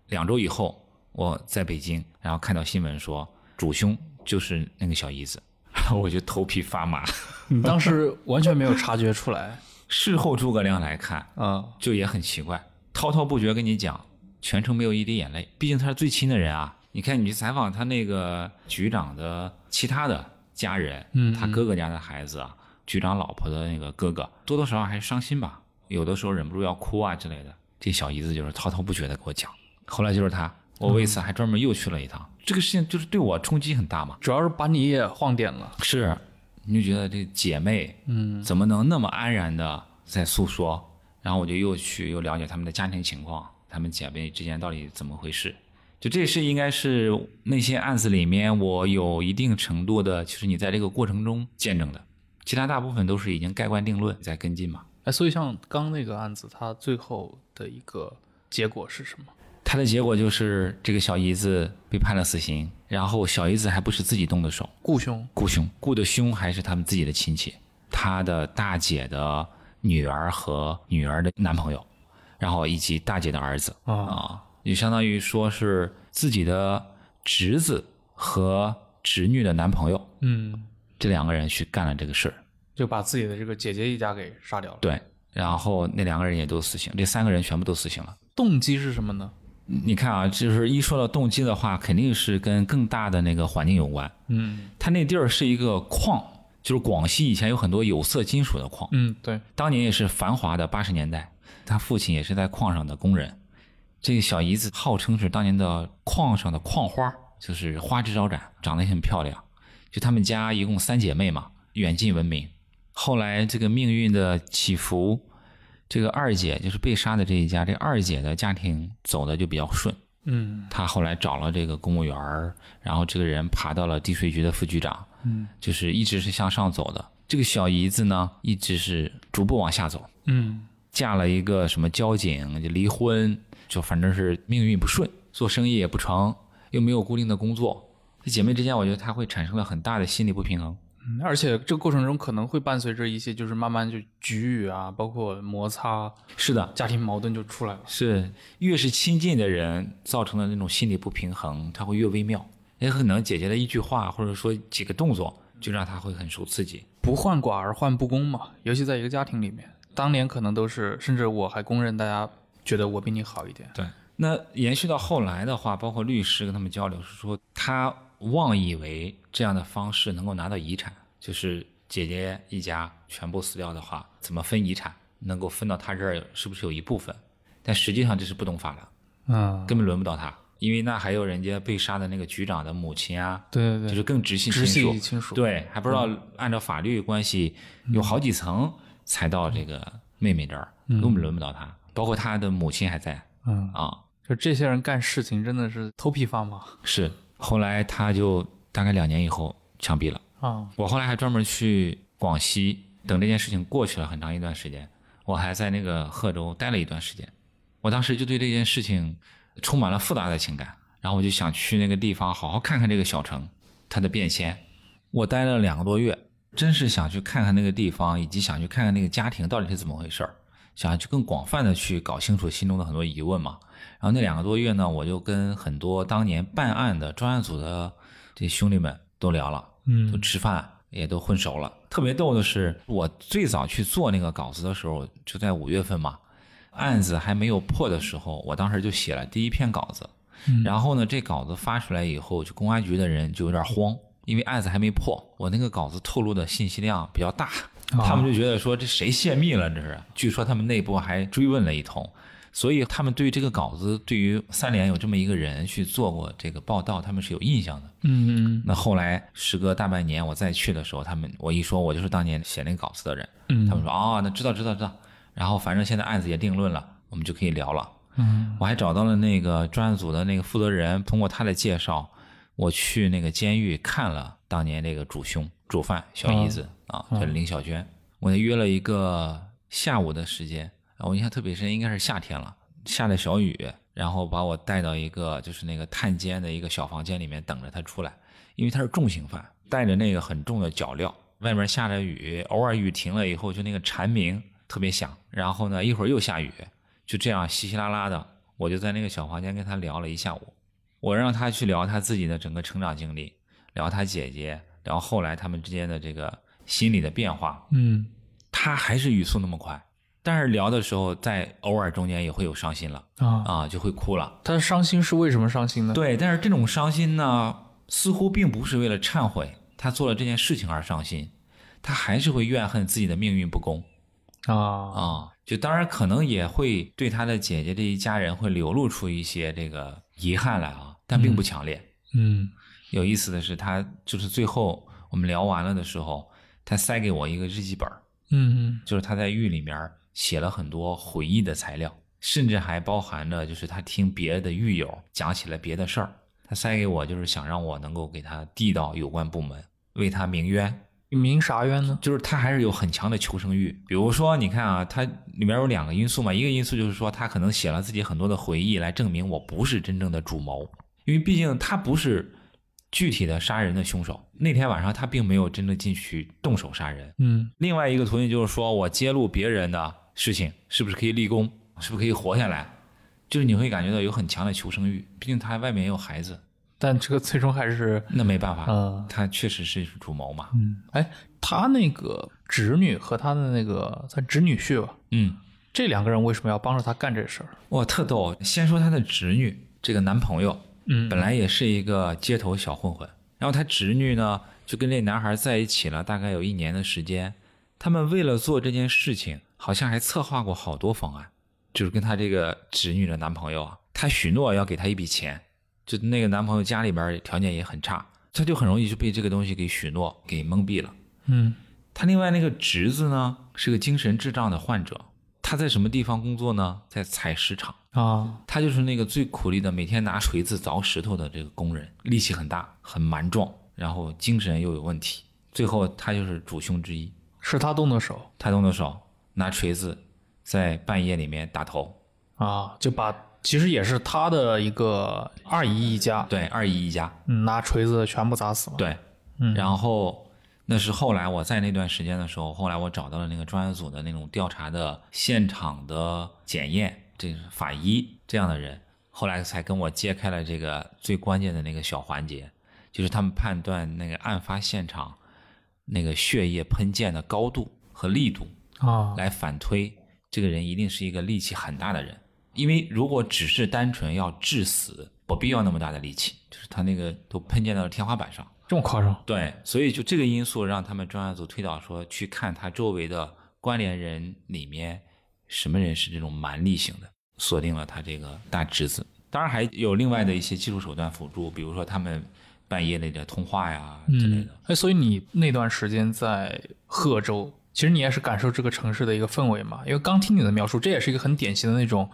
B: 两周以后，我在北京，然后看到新闻说主凶就是那个小姨子， (laughs) 然后我就头皮发麻。
C: 你 (laughs) 当时完全没有察觉出来
B: 事后诸葛亮来看，
C: 啊，
B: 就也很奇怪，滔滔不绝跟你讲，全程没有一滴眼泪，毕竟他是最亲的人啊。你看，你去采访他那个局长的其他的家人，
C: 嗯
B: 他哥哥家的孩子啊，局长老婆的那个哥哥，多多少少还是伤心吧，有的时候忍不住要哭啊之类的。这小姨子就是滔滔不绝的给我讲，后来就是他，我为此还专门又去了一趟。这个事情就是对我冲击很大嘛，
C: 主要是把你也晃点了。
B: 是，你就觉得这姐妹，嗯，怎么能那么安然的在诉说，然后我就又去又了解他们的家庭情况，他们姐妹之间到底怎么回事。就这事应该是那些案子里面我有一定程度的，其实你在这个过程中见证的，其他大部分都是已经盖棺定论在跟进嘛。
C: 哎，所以像刚那个案子，它最后的一个结果是什么？
B: 他的结果就是这个小姨子被判了死刑，然后小姨子还不是自己动的手，
C: 雇凶
B: 雇凶，雇的凶还是他们自己的亲戚，他的大姐的女儿和女儿的男朋友，然后以及大姐的儿子
C: 啊，
B: 啊，也相当于说是自己的侄子和侄女的男朋友
C: 嗯，
B: 这两个人去干了这个事儿，
C: 就把自己的这个姐姐一家给杀掉了。
B: 对，然后那两个人也都死刑，这三个人全部都死刑了。
C: 动机是什么呢？
B: 你看啊，就是一说到动机的话，肯定是跟更大的那个环境有关。
C: 嗯
B: 它那地儿是一个矿，就是广西以前有很多有色金属的矿，
C: 嗯，对，
B: 当年也是繁华的八十年代。他父亲也是在矿上的工人，这个小姨子号称是当年的矿上的矿花，就是花枝招展，长得也很漂亮。就他们家一共三姐妹嘛，远近闻名。后来这个命运的起伏，这个二姐就是被杀的这一家，这二姐的家庭走的就比较顺，
C: 嗯
B: 他后来找了这个公务员儿，然后这个人爬到了地税局的副局长，
C: 嗯，
B: 就是一直是向上走的。这个小姨子呢，一直是逐步往下走，
C: 嗯
B: 嫁了一个什么交警，就离婚，就反正是命运不顺，做生意也不成，又没有固定的工作。这姐妹之间，我觉得她会产生了很大的心理不平衡。
C: 嗯，而且这个过程中可能会伴随着一些就是慢慢就局域啊，包括摩擦，
B: 是的，
C: 家庭矛盾就出来了。
B: 是越是亲近的人造成的那种心理不平衡，它会越微妙。也可能姐姐的一句话，或者说几个动作，就让她会很受刺激。
C: 不患寡而患不公嘛，尤其在一个家庭里面，当年可能都是，甚至我还公认大家觉得我比你好一点。
B: 对，那延续到后来的话，包括律师跟他们交流，是说他妄以为这样的方式能够拿到遗产，就是姐姐一家全部死掉的话，怎么分遗产，能够分到他这儿是不是有一部分？但实际上这是不懂法的，
C: 嗯，
B: 根本轮不到他，因为那还有人家被杀的那个局长的母亲啊，
C: 对对
B: 就
C: 对，
B: 是更直系
C: 直
B: 亲属
C: 系，亲属。嗯
B: 对，还不知道按照法律关系有好几层才到这个妹妹这儿，根本轮不到他，包括他的母亲还在
C: 嗯，
B: 啊。
C: 就这些人干事情真的是头皮发麻
B: 是，后来他就大概两年以后枪毙了。
C: 啊！
B: 我后来还专门去广西，等这件事情过去了很长一段时间，我还在那个贺州待了一段时间。我当时就对这件事情充满了复杂的情感，然后我就想去那个地方好好看看这个小城它的变迁。我待了两个多月，真是想去看看那个地方，以及想去看看那个家庭到底是怎么回事儿，想要去更广泛的去搞清楚心中的很多疑问嘛。然后那两个多月呢，我就跟很多当年办案的专案组的这兄弟们都聊了，都
C: 嗯
B: 吃饭也都混熟了。特别逗的是，我最早去做那个稿子的时候，就在五月份嘛，案子还没有破的时候，我当时就写了第一篇稿子。然后呢，这稿子发出来以后，就公安局的人就有点慌，因为案子还没破，我那个稿子透露的信息量比较大，他们就觉得说这谁泄密了？这是，据说他们内部还追问了一通。所以他们对于这个稿子，对于三联有这么一个人去做过这个报道，他们是有印象的。
C: 嗯
B: 那后来时隔大半年，我再去的时候，他们我一说，我就是当年写那个稿子的人，
C: 嗯
B: 他们说哦，那知道知道知道。然后反正现在案子也定论了，我们就可以聊了。
C: 嗯
B: 我还找到了那个专案组的那个负责人，通过他的介绍，我去那个监狱看了当年那个主凶、主犯小姨子、
C: 哦
B: 啊，叫林小娟。我约了一个下午的时间，啊我印象特别深，应该是夏天了，下着小雨，然后把我带到一个就是那个探监的一个小房间里面等着他出来，因为他是重刑犯，带着那个很重的脚镣，外面下着雨，偶尔雨停了以后，就那个蝉鸣特别响，然后呢，一会儿又下雨，就这样稀稀拉拉的，我就在那个小房间跟他聊了一下午。我让他去聊他自己的整个成长经历，聊他姐姐，聊后来他们之间的这个心理的变化。
C: 嗯
B: 他还是语速那么快，但是聊的时候，在偶尔中间也会有伤心了
C: 啊，
B: 啊，就会哭了。
C: 他伤心是为什么伤心呢？
B: 对，但是这种伤心呢，似乎并不是为了忏悔他做了这件事情而伤心，他还是会怨恨自己的命运不公。啊、
C: 啊，
B: 就当然可能也会对他的姐姐这一家人会流露出一些这个遗憾来啊，但并不强烈。
C: 嗯
B: 有意思的是，他就是最后我们聊完了的时候，他塞给我一个日记本儿，
C: 嗯
B: 就是他在狱里面写了很多回忆的材料，甚至还包含着就是他听别的狱友讲起了别的事儿，他塞给我就是想让我能够给他递到有关部门，为他鸣冤。
C: 明啥冤呢？
B: 就是他还是有很强的求生欲。比如说，你看啊，它里面有两个因素嘛，一个因素就是说他可能写了自己很多的回忆来证明我不是真正的主谋，因为毕竟他不是具体的杀人的凶手。那天晚上他并没有真正进去动手杀人。
C: 嗯，
B: 另外一个途径就是说我揭露别人的事情是不是可以立功，是不是可以活下来，就是你会感觉到有很强的求生欲。毕竟他外面也有孩子，
C: 但这个最终还是，
B: 那没办法，
C: 嗯
B: 他确实是主谋嘛。
C: 嗯，哎，他那个侄女和他的那个算侄女婿吧，
B: 嗯。
C: 这两个人为什么要帮着他干这事儿？
B: 哇，特逗！哦先说她的侄女，这个男朋友
C: 嗯
B: 本来也是一个街头小混混，然后他侄女呢就跟这男孩在一起了，大概有一年的时间。他们为了做这件事情，好像还策划过好多方案，就是跟他这个侄女的男朋友啊，他许诺要给她一笔钱，就那个男朋友家里边条件也很差，他就很容易就被这个东西给许诺给蒙蔽了。
C: 嗯
B: 他另外那个侄子呢是个精神智障的患者，他在什么地方工作呢？在采石场。
C: 啊，
B: 他就是那个最苦力的，每天拿锤子凿石头的这个工人，力气很大，很蛮壮，然后精神又有问题。最后他就是主凶之一，
C: 是他动的手
B: 他动的手拿锤子在半夜里面打头，
C: 啊，就把其实也是他的一个二姨一家，
B: 对二姨一家，
C: 嗯拿锤子全部砸死了。
B: 对，
C: 嗯
B: 然后那是后来我在那段时间的时候，后来我找到了那个专案组的那种调查的现场的检验，这个法医这样的人，后来才跟我揭开了这个最关键的那个小环节，就是他们判断那个案发现场那个血液喷溅的高度和力度，
C: 啊，
B: 来反推这个人一定是一个力气很大的人，因为如果只是单纯要致死，不必要那么大的力气，就是他那个都喷溅到了天花板上。
C: 这么夸张？
B: 对，所以就这个因素让他们专案组推导说，去看他周围的关联人里面，什么人是这种蛮力型的，锁定了他这个大侄子。当然还有另外的一些技术手段辅助，比如说他们半夜里的通话呀之类
C: 嗯
B: 的。，
C: 哎，所以你那段时间在贺州，其实你也是感受这个城市的一个氛围嘛？因为刚听你的描述，这也是一个很典型的那种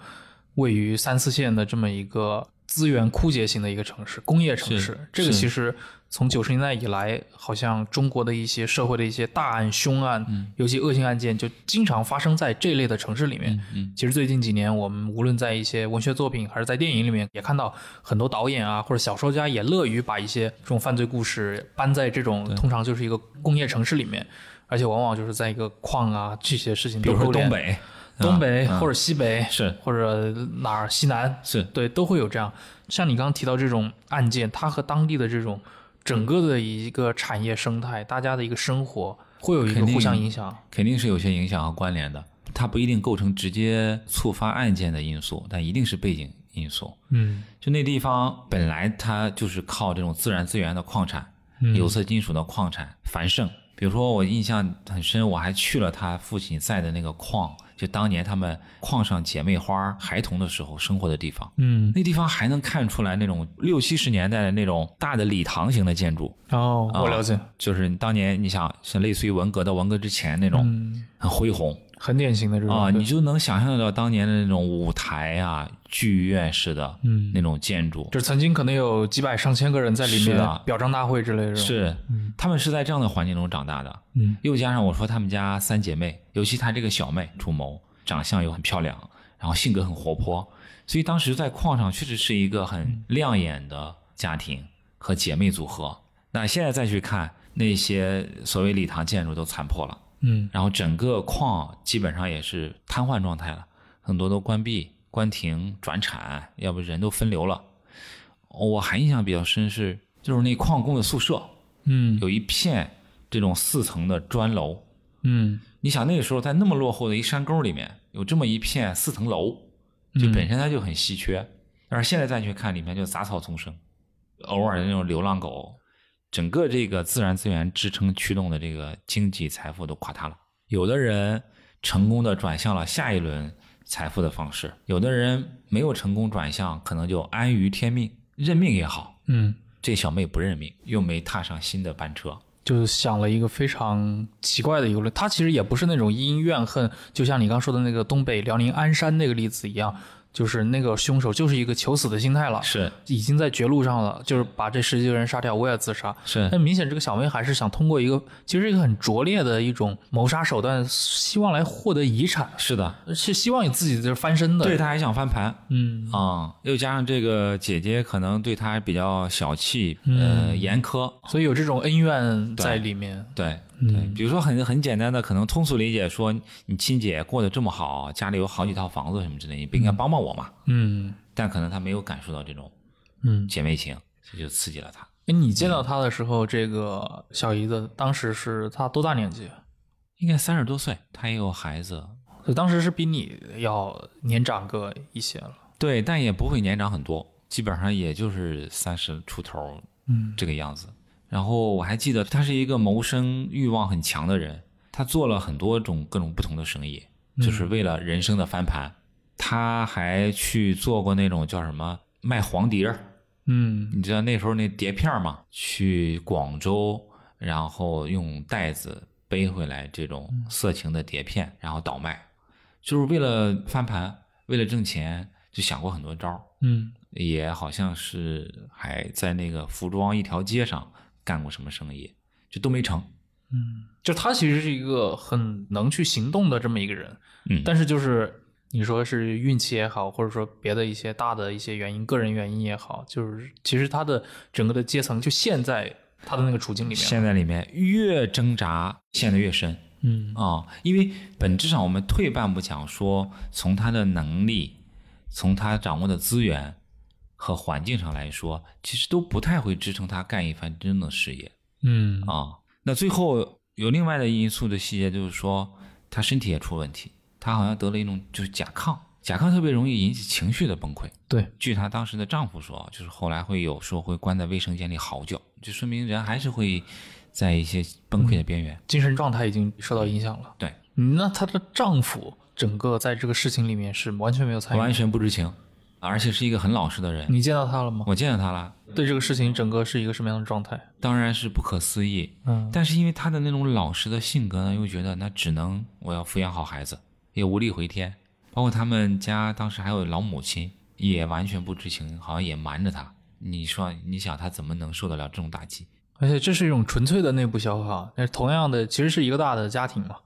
C: 位于三四线的这么一个资源枯竭型的一个城市，工业城市
B: 是。
C: 这个
B: 是
C: 其实从九十年代以来，好像中国的一些社会的一些大案、凶案，
B: 嗯
C: 尤其恶性案件，就经常发生在这类的城市里面。
B: 嗯
C: 其实最近几年，我们无论在一些文学作品还是在电影里面，也看到很多导演啊或者小说家也乐于把一些这种犯罪故事搬在这种通常就是一个工业城市里面，而且往往就是在一个矿啊这些事情
B: 比
C: 都
B: 如说
C: 勾连，
B: 东北，
C: 东北
B: 嗯
C: 或者西北
B: 是
C: 或者哪儿西南，
B: 是
C: 对都会有这样。像你刚刚提到这种案件，它和当地的这种整个的一个产业生态，大家的一个生活会有一个
B: 肯定
C: 互相影响。
B: 肯定是有些影响和关联的。它不一定构成直接触发案件的因素，但一定是背景因素。
C: 嗯
B: 就那地方本来它就是靠这种自然资源的矿产，
C: 嗯
B: 有色金属的矿产繁盛。比如说，我印象很深，我还去了他父亲在的那个矿，就当年他们矿上姐妹花孩童的时候生活的地方。
C: 嗯，
B: 那地方还能看出来那种六七十年代的那种大的礼堂型的建筑，
C: 哦，
B: 啊
C: 我了解。
B: 就是当年你想是类似于文革到文革之前那种
C: 嗯，
B: 很恢宏，
C: 很典型的这种
B: 啊，
C: 对
B: 你就能想象得到当年的那种舞台啊、剧院式的
C: 嗯
B: 那种建筑。
C: 就是曾经可能有几百上千个人在里
B: 是
C: 面
B: 啊
C: 表彰大会之类的这种，
B: 是，他们是在这样的环境中长大的。
C: 嗯
B: 又加上我说他们家三姐妹，尤其她这个小妹主谋，长相又很漂亮，然后性格很活泼，所以当时在矿上确实是一个很亮眼的家庭和姐妹组合。那现在再去看那些所谓礼堂建筑都残破了。
C: 嗯
B: 然后整个矿基本上也是瘫痪状态了，很多都关闭、关停、转产，要不人都分流了。我还印象比较深是，就是那矿工的宿舍
C: 嗯
B: 有一片这种四层的砖楼，
C: 嗯
B: 你想那个时候在那么落后的一山沟里面有这么一片四层楼，
C: 嗯
B: 就本身它就很稀缺，但是现在再去看里面就杂草丛生，偶尔的那种流浪狗，整个这个自然资源支撑驱动的这个经济财富都垮塌了。有的人成功的转向了下一轮财富的方式，有的人没有成功转向，可能就安于天命，认命也好。
C: 嗯，
B: 这小妹不认命，又没踏上新的班车，
C: 就是想了一个非常奇怪的一个论，他其实也不是那种因怨恨，就像你刚说的那个东北辽宁鞍山那个例子一样，就是那个凶手就是一个求死的心态了，
B: 是
C: 已经在绝路上了，就是把这十几个人杀掉，我也自杀。
B: 是
C: 但明显这个小妹还是想通过一个其实一个很拙劣的一种谋杀手段，希望来获得遗产，
B: 是的，
C: 是希望你自己就是翻身的。
B: 对，他还想翻盘。
C: 嗯，
B: 啊、又加上这个姐姐可能对他比较小气，呃，严苛，
C: 所以有这种恩怨在里面。
B: 对对，比如说很很简单的，可能通俗理解说，你亲姐过得这么好，家里有好几套房子什么之类，你不应该帮帮我嘛？
C: 嗯
B: 但可能她没有感受到这种
C: 嗯，
B: 姐妹情，这就刺激了她。
C: 哎，你见到他的时候，这个小姨子当时是她多大年纪？
B: 应该三十多岁，她也有孩子，
C: 就当时是比你要年长个一些了。
B: 对，但也不会年长很多，基本上也就是三十出头
C: 嗯
B: 这个样子。然后我还记得他是一个谋生欲望很强的人，他做了很多种各种不同的生意，就是
C: 嗯
B: 为了人生的翻盘。他还去做过那种叫什么卖黄碟儿，
C: 嗯
B: 你知道那时候那碟片儿嘛，去广州，然后用袋子背回来这种
C: 嗯
B: 色情的碟片，然后倒卖，就是为了翻盘，为了挣钱，就想过很多招儿。
C: 嗯
B: 也好像是还在那个服装一条街上干过什么生意，就都没成。
C: 嗯，就他其实是一个很能去行动的这么一个人，
B: 嗯
C: 但是就是你说是运气也好，或者说别的一些大的一些原因，个人原因也好，就是其实他的整个的阶层就陷在他的那个处境里面。
B: 陷在里面越挣扎陷得越深
C: 嗯
B: 啊、因为本质上我们退半步讲说，从他的能力，从他掌握的资源和环境上来说，其实都不太会支撑他干一番真正的事业
C: 嗯
B: 啊、那最后有另外的因素的细节，就是说他身体也出问题，他好像得了一种就是甲亢，甲亢特别容易引起情绪的崩溃。
C: 对，
B: 据她当时的丈夫说，就是后来会有时候会关在卫生间里嚎叫，就说明人还是会在一些崩溃的边缘。
C: 精神状态已经受到影响了。
B: 对，
C: 那她的丈夫整个在这个事情里面是完全没有参
B: 完
C: 与。
B: 全不知情，而且是一个很老实的人。
C: 你见到他了吗？
B: 我见到他了，
C: 对这个事情整个是一个什么样的状态？
B: 当然是不可思议，
C: 嗯
B: 但是因为他的那种老实的性格呢，又觉得那只能我要抚养好孩子，也无力回天。包括他们家当时还有老母亲，也完全不知情，好像也瞒着他。你说，你想他怎么能受得了这种打击？
C: 而且这是一种纯粹的内部消化。那同样的，其实是一个大的家庭嘛。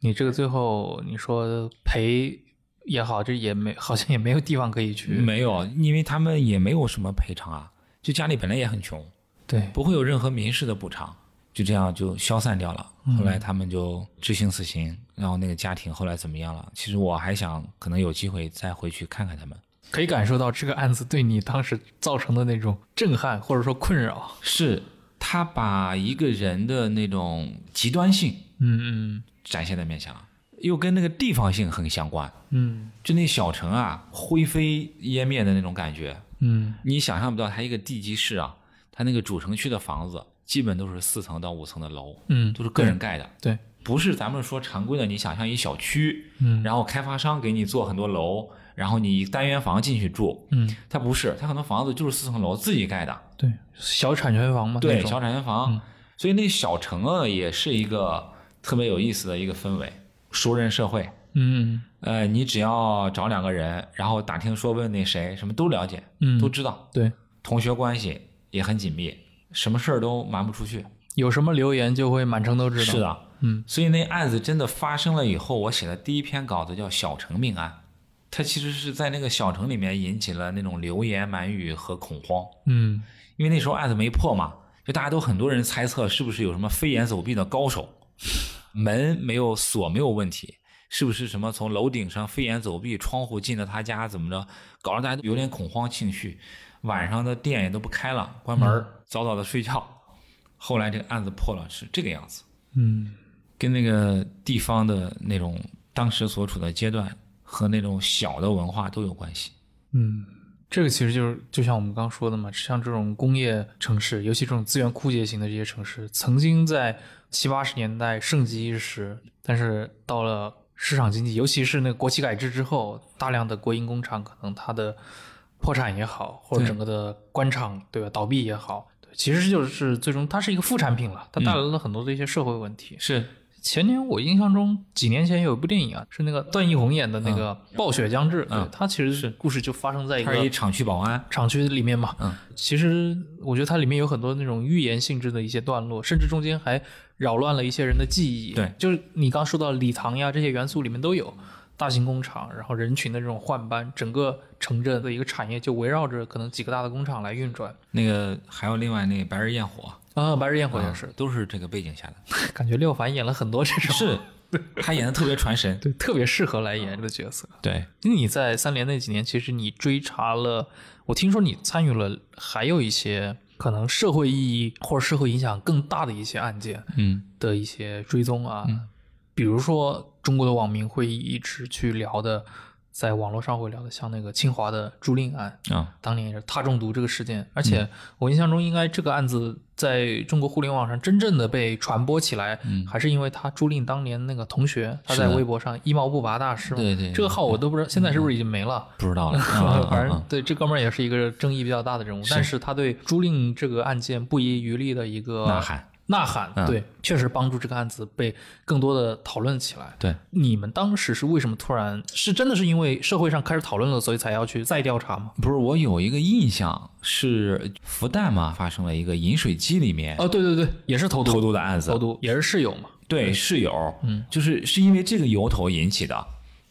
C: 你这个最后你说赔也好，这也没好像也没有地方可以去。
B: 没有，因为他们也没有什么赔偿啊，就家里本来也很穷，
C: 对，
B: 不会有任何民事的补偿，就这样就消散掉了。后来他们就执行死刑，然后那个家庭后来怎么样了？其实我还想可能有机会再回去看看他们。
C: 可以感受到这个案子对你当时造成的那种震撼或者说困扰。
B: 是他把一个人的那种极端性
C: 嗯
B: 展现在面前了，又跟那个地方性很相关，
C: 嗯嗯
B: 就那小城啊灰飞烟灭的那种感觉，
C: 嗯，
B: 你想象不到，它一个地级市啊，它那个主城区的房子基本都是四层到五层的楼，
C: 嗯
B: 都是个人盖的，
C: 对，
B: 不是咱们说常规的。你想象一小区，
C: 嗯
B: 然后开发商给你做很多楼，然后你单元房进去住，
C: 嗯
B: 它不是，它很多房子就是四层楼自己盖的，
C: 对，小产权房嘛，那
B: 对，
C: 种嗯
B: 小产权房。所以那小城啊，也是一个特别有意思的一个氛围，熟人社会。
C: 嗯
B: 呃，你只要找两个人，然后打听说问那谁，什么都了解，
C: 嗯
B: 都知道。
C: 对，
B: 同学关系也很紧密，什么事儿都瞒不出去。
C: 有什么留言就会满城都知道。
B: 是，的，
C: 嗯，
B: 所以那案子真的发生了以后，我写的第一篇稿子叫《小城命案》，它其实是在那个小城里面引起了那种流言满语和恐慌，
C: 嗯
B: 因为那时候案子没破嘛，就大家都很多人猜测是不是有什么飞檐走壁的高手，门没有锁没有问题。是不是什么从楼顶上飞檐走壁，窗户进了他家怎么着，搞得大家都有点恐慌情绪，晚上的店也都不开了，关门儿，早早的睡觉。后来这个案子破了，是这个样子。
C: 嗯
B: 跟那个地方的那种当时所处的阶段和那种小的文化都有关系。
C: 嗯，这个其实就是就像我们刚说的嘛，像这种工业城市，尤其这种资源枯竭型的这些城市，曾经在七八十年代盛极一时，但是到了市场经济，尤其是那个国企改制之后，大量的国营工厂可能它的破产也好，或者
B: 对
C: 整个的官场对吧倒闭也好，对
A: 其实就是最终它是一个副产品了，它带来了很多的一些社会问题。
B: 是
A: 前年我印象中，几年前有一部电影啊，是那个段奕宏演的那个《暴雪将至》，
B: 嗯
A: 对它其实是故事就发生在一
B: 他是一
A: 个
B: 厂区保安，
A: 厂区里面嘛。
B: 嗯，
A: 其实我觉得它里面有很多那种寓言性质的一些段落，甚至中间还扰乱了一些人的记忆。
B: 对
A: 就是你刚说到礼堂呀这些元素里面都有。大型工厂，然后人群的这种换班，整个城镇的一个产业就围绕着可能几个大的工厂来运转。
B: 那个还有另外那个白日焰火，
A: 啊，白日焰火也是，
B: 都是这个背景下的。
A: 感觉廖凡演了很多这种，
B: 是， (laughs) 他演的特别传神。
A: 对，特别适合来
B: 嗯
A: 演这个角色。
B: 对，
A: 你在三联那几年，其实你追查了，我听说你参与了，
C: 呃
A: 还有一些可能社会意义或者社会影响更大的一些案件
B: 嗯，
A: 的一些追踪啊，比如
C: 呃
A: 说中国的网民会一直去聊的，在网络上会聊的，像那个清华的朱令案，
B: 啊，
A: 当年也是他中毒这个事件，而
B: 嗯
A: 且我印象中应该这个案
C: 呃
A: 子在中国互联网上真正的被传播起来，还是因为他朱令当年那个同学，他在
B: 是的
A: 微博上一毛不拔大师嘛，
B: 对对
A: 这个号我都不知道现在是不是已经没了。
B: 不知 (laughs) 道了。嗯
A: 反
B: 反
A: 正对这哥们儿也是一个争议比较大的人物，但是他对朱令这个案件不遗余力的一个
B: 嗯呐喊，
A: 呐喊，
B: 嗯
A: 对，确实帮助这个案子被更多的讨论起来。
B: 对，
A: 你们当时是为什么突然是真的是因为社会上开始讨论了，所以才要去再调查吗？
B: 不是我有一个印象是复旦嘛，发生了一个饮水机里面
A: 哦，对对对，也是投毒，
B: 投毒的案子
A: 投，毒也是室友嘛。
B: 对室友，嗯，就是是因为这个由头引起的。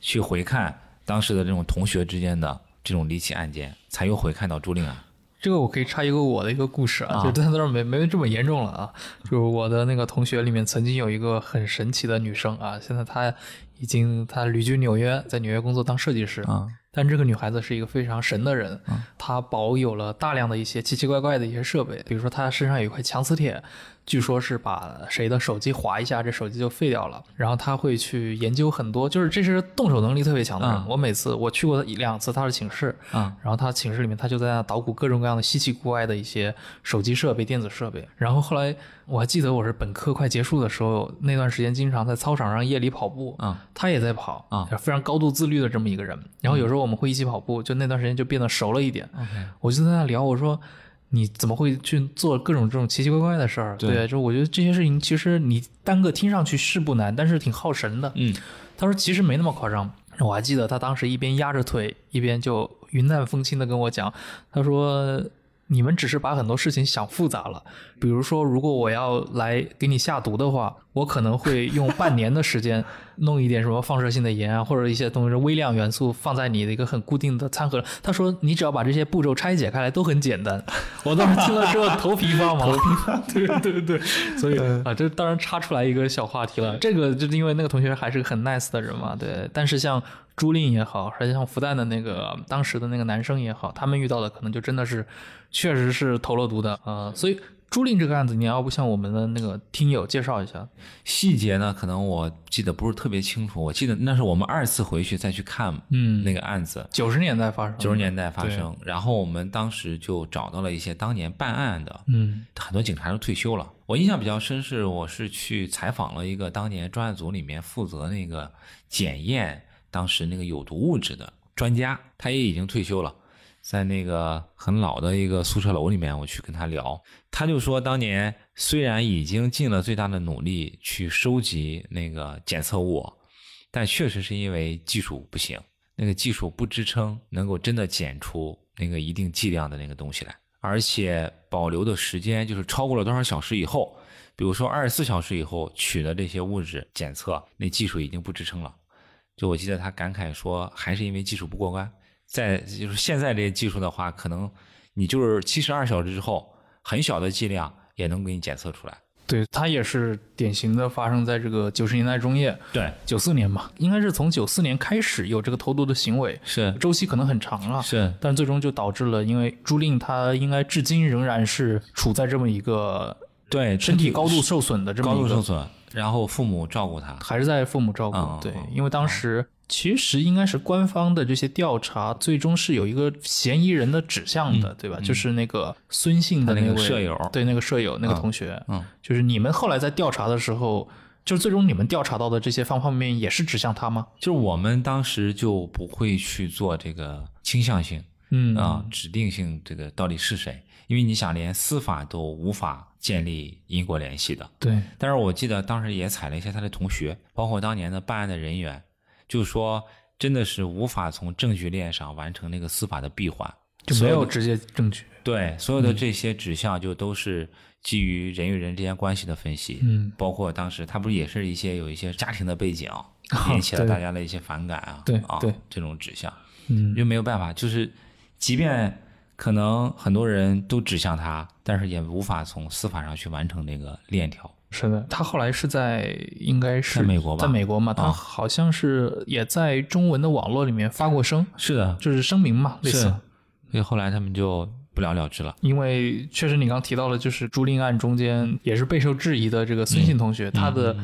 B: 去回看当时的这种同学之间的这种离奇案件，才又回看到朱令啊案。
A: 这个我可以插一个我的一个故事啊，就但当然没没这么严重了啊。就是我的那个同学里面曾经有一个很神奇的女生啊，现在她已经她旅居纽约，在纽约工作当设计师
B: 啊。
A: 但这个女孩子是一个非常神的人，她保有了大量的一些奇奇怪怪的一些设备，比如说她身上有一块强磁铁，据说是把谁的手机划一下，这手机就废掉了。然后她会去研究很多，就是这是动手能力特别强的人。
B: 嗯
A: 我每次我去过一两次她的寝室，
B: 啊，
A: 然后他寝室里面他就在那捣鼓各种各样的稀奇古怪的一些手机设备、电子设备。然后后来我还记得我是本科快结束的时候，那段时间经常在操场上夜里跑步
B: 啊，
A: 他也在跑
B: 啊
A: 非常高度自律的这么一个人。然后有时候我们会一起跑步，就那段时间就变得熟了一点。我就在那聊，我说。你怎么会去做各种这种奇奇怪怪的事儿？
B: 对
A: 就我觉得这些事情其实你单个听上去是不难，但是挺耗神的。
B: 嗯，
A: 他说其实没那么夸张。我还记得他当时一边压着腿，一边就云淡风轻的跟我讲，他说。你们只是把很多事情想复杂了，比如说，如果我要来给你下毒的话，我可能会用半年的时间弄一点什么放射性的盐啊，或者一些东西微量元素放在你的一个很固定的餐盒。他说，你只要把这些步骤拆解开来都很简单。 (laughs) 我当时听了之后头皮发麻，头皮发，对对对，所以 (laughs) 啊，这当然插出来一个小话题了。这个就是因为那个同学还是个很 nice 的人嘛，对。但是像朱令也好，还是像复旦的那个呃当时的那个男生也好，他们遇到的可能就真的是，确实是投了毒的啊、呃所以朱令这个案子，你要不向我们的那个听友介绍一下？
B: 细节呢，可能我记得不是特别清楚。我记得那是我们二次回去再去看
A: 嗯
B: 那个案子，
A: 九十年代发生的，
B: 九十年代发生，然后我们当时就找到了一些当年办案的，
A: 嗯
B: 很多警察都退休了。我印象比较深是，我是去采访了一个当年专案组里面负责那个检验当时那个有毒物质的专家，他也已经退休了，在那个很老的一个宿舍楼里面，我去跟他聊，他就说当年虽然已经尽了最大的努力去收集那个检测物，但确实是因为技术不行，那个技术不支撑能够真的检出那个一定剂量的那个东西来，而且保留的时间就是超过了多少小时以后，比如说二十四小时以后取的这些物质检测，那技术已经不支撑了。就我记得他感慨说，还是因为技术不过关。在就是现在这些技术的话，可能你就是七十二小时之后，很小的剂量也能给你检测出来。
A: 对，它也是典型的发生在这个九十年代中叶，
B: 对，
A: 九四年吧，应该是从九四年开始有这个投毒的行为，
B: (laughs) 是
A: 周期可能很长了。
B: 是，
A: 但最终就导致了，因为朱令他应该至今仍然是处在这么一个
B: 对，
A: 身体高度受损的这
B: 嗯
A: 么
B: 高
A: 一
B: 度
A: 个
B: 受损，然后父母照顾他。
A: 还是在父母照顾。
B: 嗯
A: 对
B: 嗯，
A: 因为当时其实应该是官方的这些调查，最终是有一个嫌疑人的指向的，对吧？就是那个孙姓的
B: 嗯他那个
A: 位
B: 舍友
A: 对那个舍友那个同学，
B: 嗯，
A: 就是你们后来在调查的时候，就是最终你们调查到的这些方方面面也是指向他吗？
B: 就是我们当时就不会去做这个倾向性，
C: 嗯
B: 啊、指定性这个到底是谁？因为你想，连司法都无法建立因果联系的。
C: 对，
B: 但是我记得当时也采了一下他的同学，包括当年的办案的人员，就说真的是无法从证据链上完成那个司法的闭环，
C: 就没
B: 所
C: 有
B: 的
C: 直接证据。
B: 对所
C: 嗯
B: 有的这些指向就都是基于人与人之间关系的分析，
C: 嗯，啊
B: 包括当时他不是也是一些有一些家庭的背景引起了
C: 对
B: 大家的一些反感啊，
C: 对
B: 啊
C: 对
B: 这种指向，
C: 嗯
B: 就没有办法，就是即便可能很多人都指向他，但是也无法从司法上去完成这个链条。
E: 是的，
C: 他后来是在应该是
B: 在美国吧
C: 在美国嘛，
B: 啊
C: 他好像是也在中文的网络里面发过声，
B: 是的，
C: 就是声明嘛，类
B: 是，
C: 似
B: 所。以后来他们就不了了之了。
C: 因为确实你刚提到了，就是朱令案中间也是备受质疑的这个
B: 嗯
C: 孙信同学，他的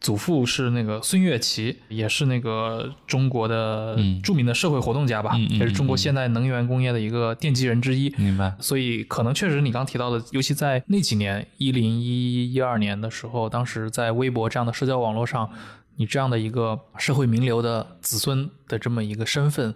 C: 祖父是那个孙岳旗，也是那个中国的
B: 嗯
C: 著名的社会活动家吧，
B: 嗯嗯
C: 也是中国现代能源工业的一个奠基人之一。
B: 明白，
C: 所以可能确实你刚提到的，尤其在那几年一零一一二年的时候，当时在微博这样的社交网络上，你这样的一个社会名流的子孙的这么一个身份，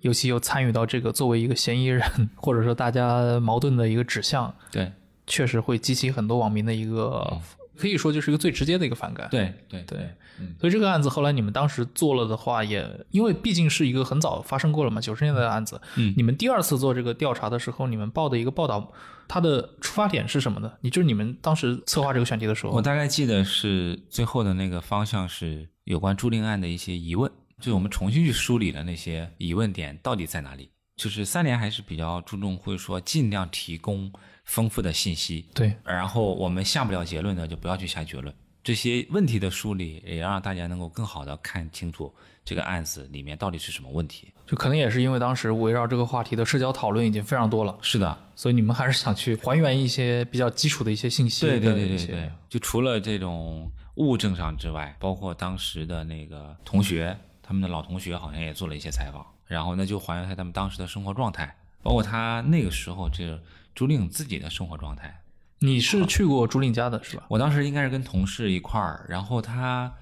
C: 尤其又参与到这个作为一个嫌疑人，或者说大家矛盾的一个指向，
B: 对
C: 确实会激起很多网民的一个，可以说就是一个最直接的一个反感。
B: 对对
C: 对，
B: 嗯
C: 所以这个案子后来你们当时做了的话也，因为毕竟是一个很早发生过了嘛，九十年代的案子。
B: 嗯
C: 你们第二次做这个调查的时候，你们报的一个报道，它的出发点是什么呢？你就是你们当时策划这个选题的时候
B: 我，大概记得是最后的那个方向是有关朱令案的一些疑问，就是我们重新去梳理了那些疑问点到底在哪里。就是三联还是比较注重，会说尽量提供丰富的信息，
C: 对，
B: 然后我们下不了结论的就不要去下结论。这些问题的梳理，也让大家能够更好的看清楚这个案子里面到底是什么问题。
C: 就可能也是因为当时围绕这个话题的社交讨论已经非常多了，
B: 是的，
C: 所以你们还是想去还原一些比较基础的一些信息
B: 对
C: 的一些。
B: 对对对对，就除了这种物证上之外，包括当时的那个同学，他们的老同学好像也做了一些采访，然后呢就还原他他们当时的生活状态，包括他那个时候这朱令自己的生活状态。
C: 你是去过朱令家的是吧？
B: 我当时应该是跟同事一块儿，然后他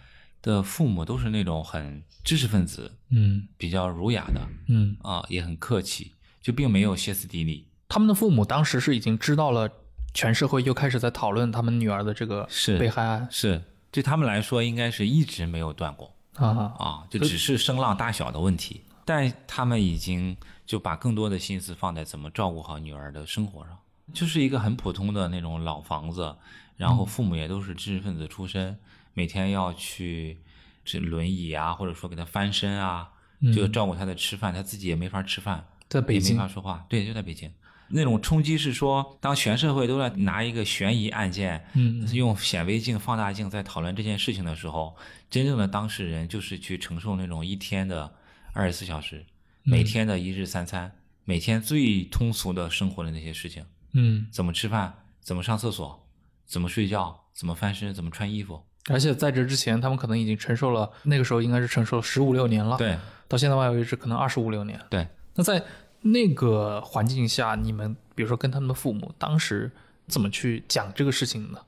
B: 的父母都是那种很知识分子，
C: 嗯
B: 比较儒雅的
C: 嗯，
B: 啊、也很客气，就并没有歇斯底里。
C: 他们的父母当时是已经知道了，全社会又开始在讨论他们女儿的这个
B: 是
C: 被害案
B: 是对他们来说，应该是一直没有断过。
C: 啊，
B: 啊，就只是声浪大小的问题。但他们已经就把更多的心思放在怎么照顾好女儿的生活上，就是一个很普通的那种老房子，然
C: 嗯
B: 后父母也都是知识分子出身，每天要去这轮椅啊，或者说给她翻身啊，就照顾她的吃饭，她自己也没法吃饭，
C: 在嗯北
B: 也
C: 京
B: 没法说话，对，就在北京。那种冲击是说，当全社会都在拿一个悬疑案件，
C: 嗯，
B: 用显微镜、放大镜在讨论这件事情的时候，真正的当事人就是去承受那种一天的二十四小时，每天的一日三餐，每天最通俗的生活的那些事情，
C: 嗯，
B: 怎么吃饭，怎么上厕所，怎么睡觉，怎么翻身，怎么穿衣服，
C: 而且在这之前，他们可能已经承受了，那个时候应该是承受了十五六年了，，
B: 对
C: 到现在为止可能二十五六年。
B: 对，
C: 那在那个环境下，你们比如说跟他们的父母当时怎么去讲这个事情呢？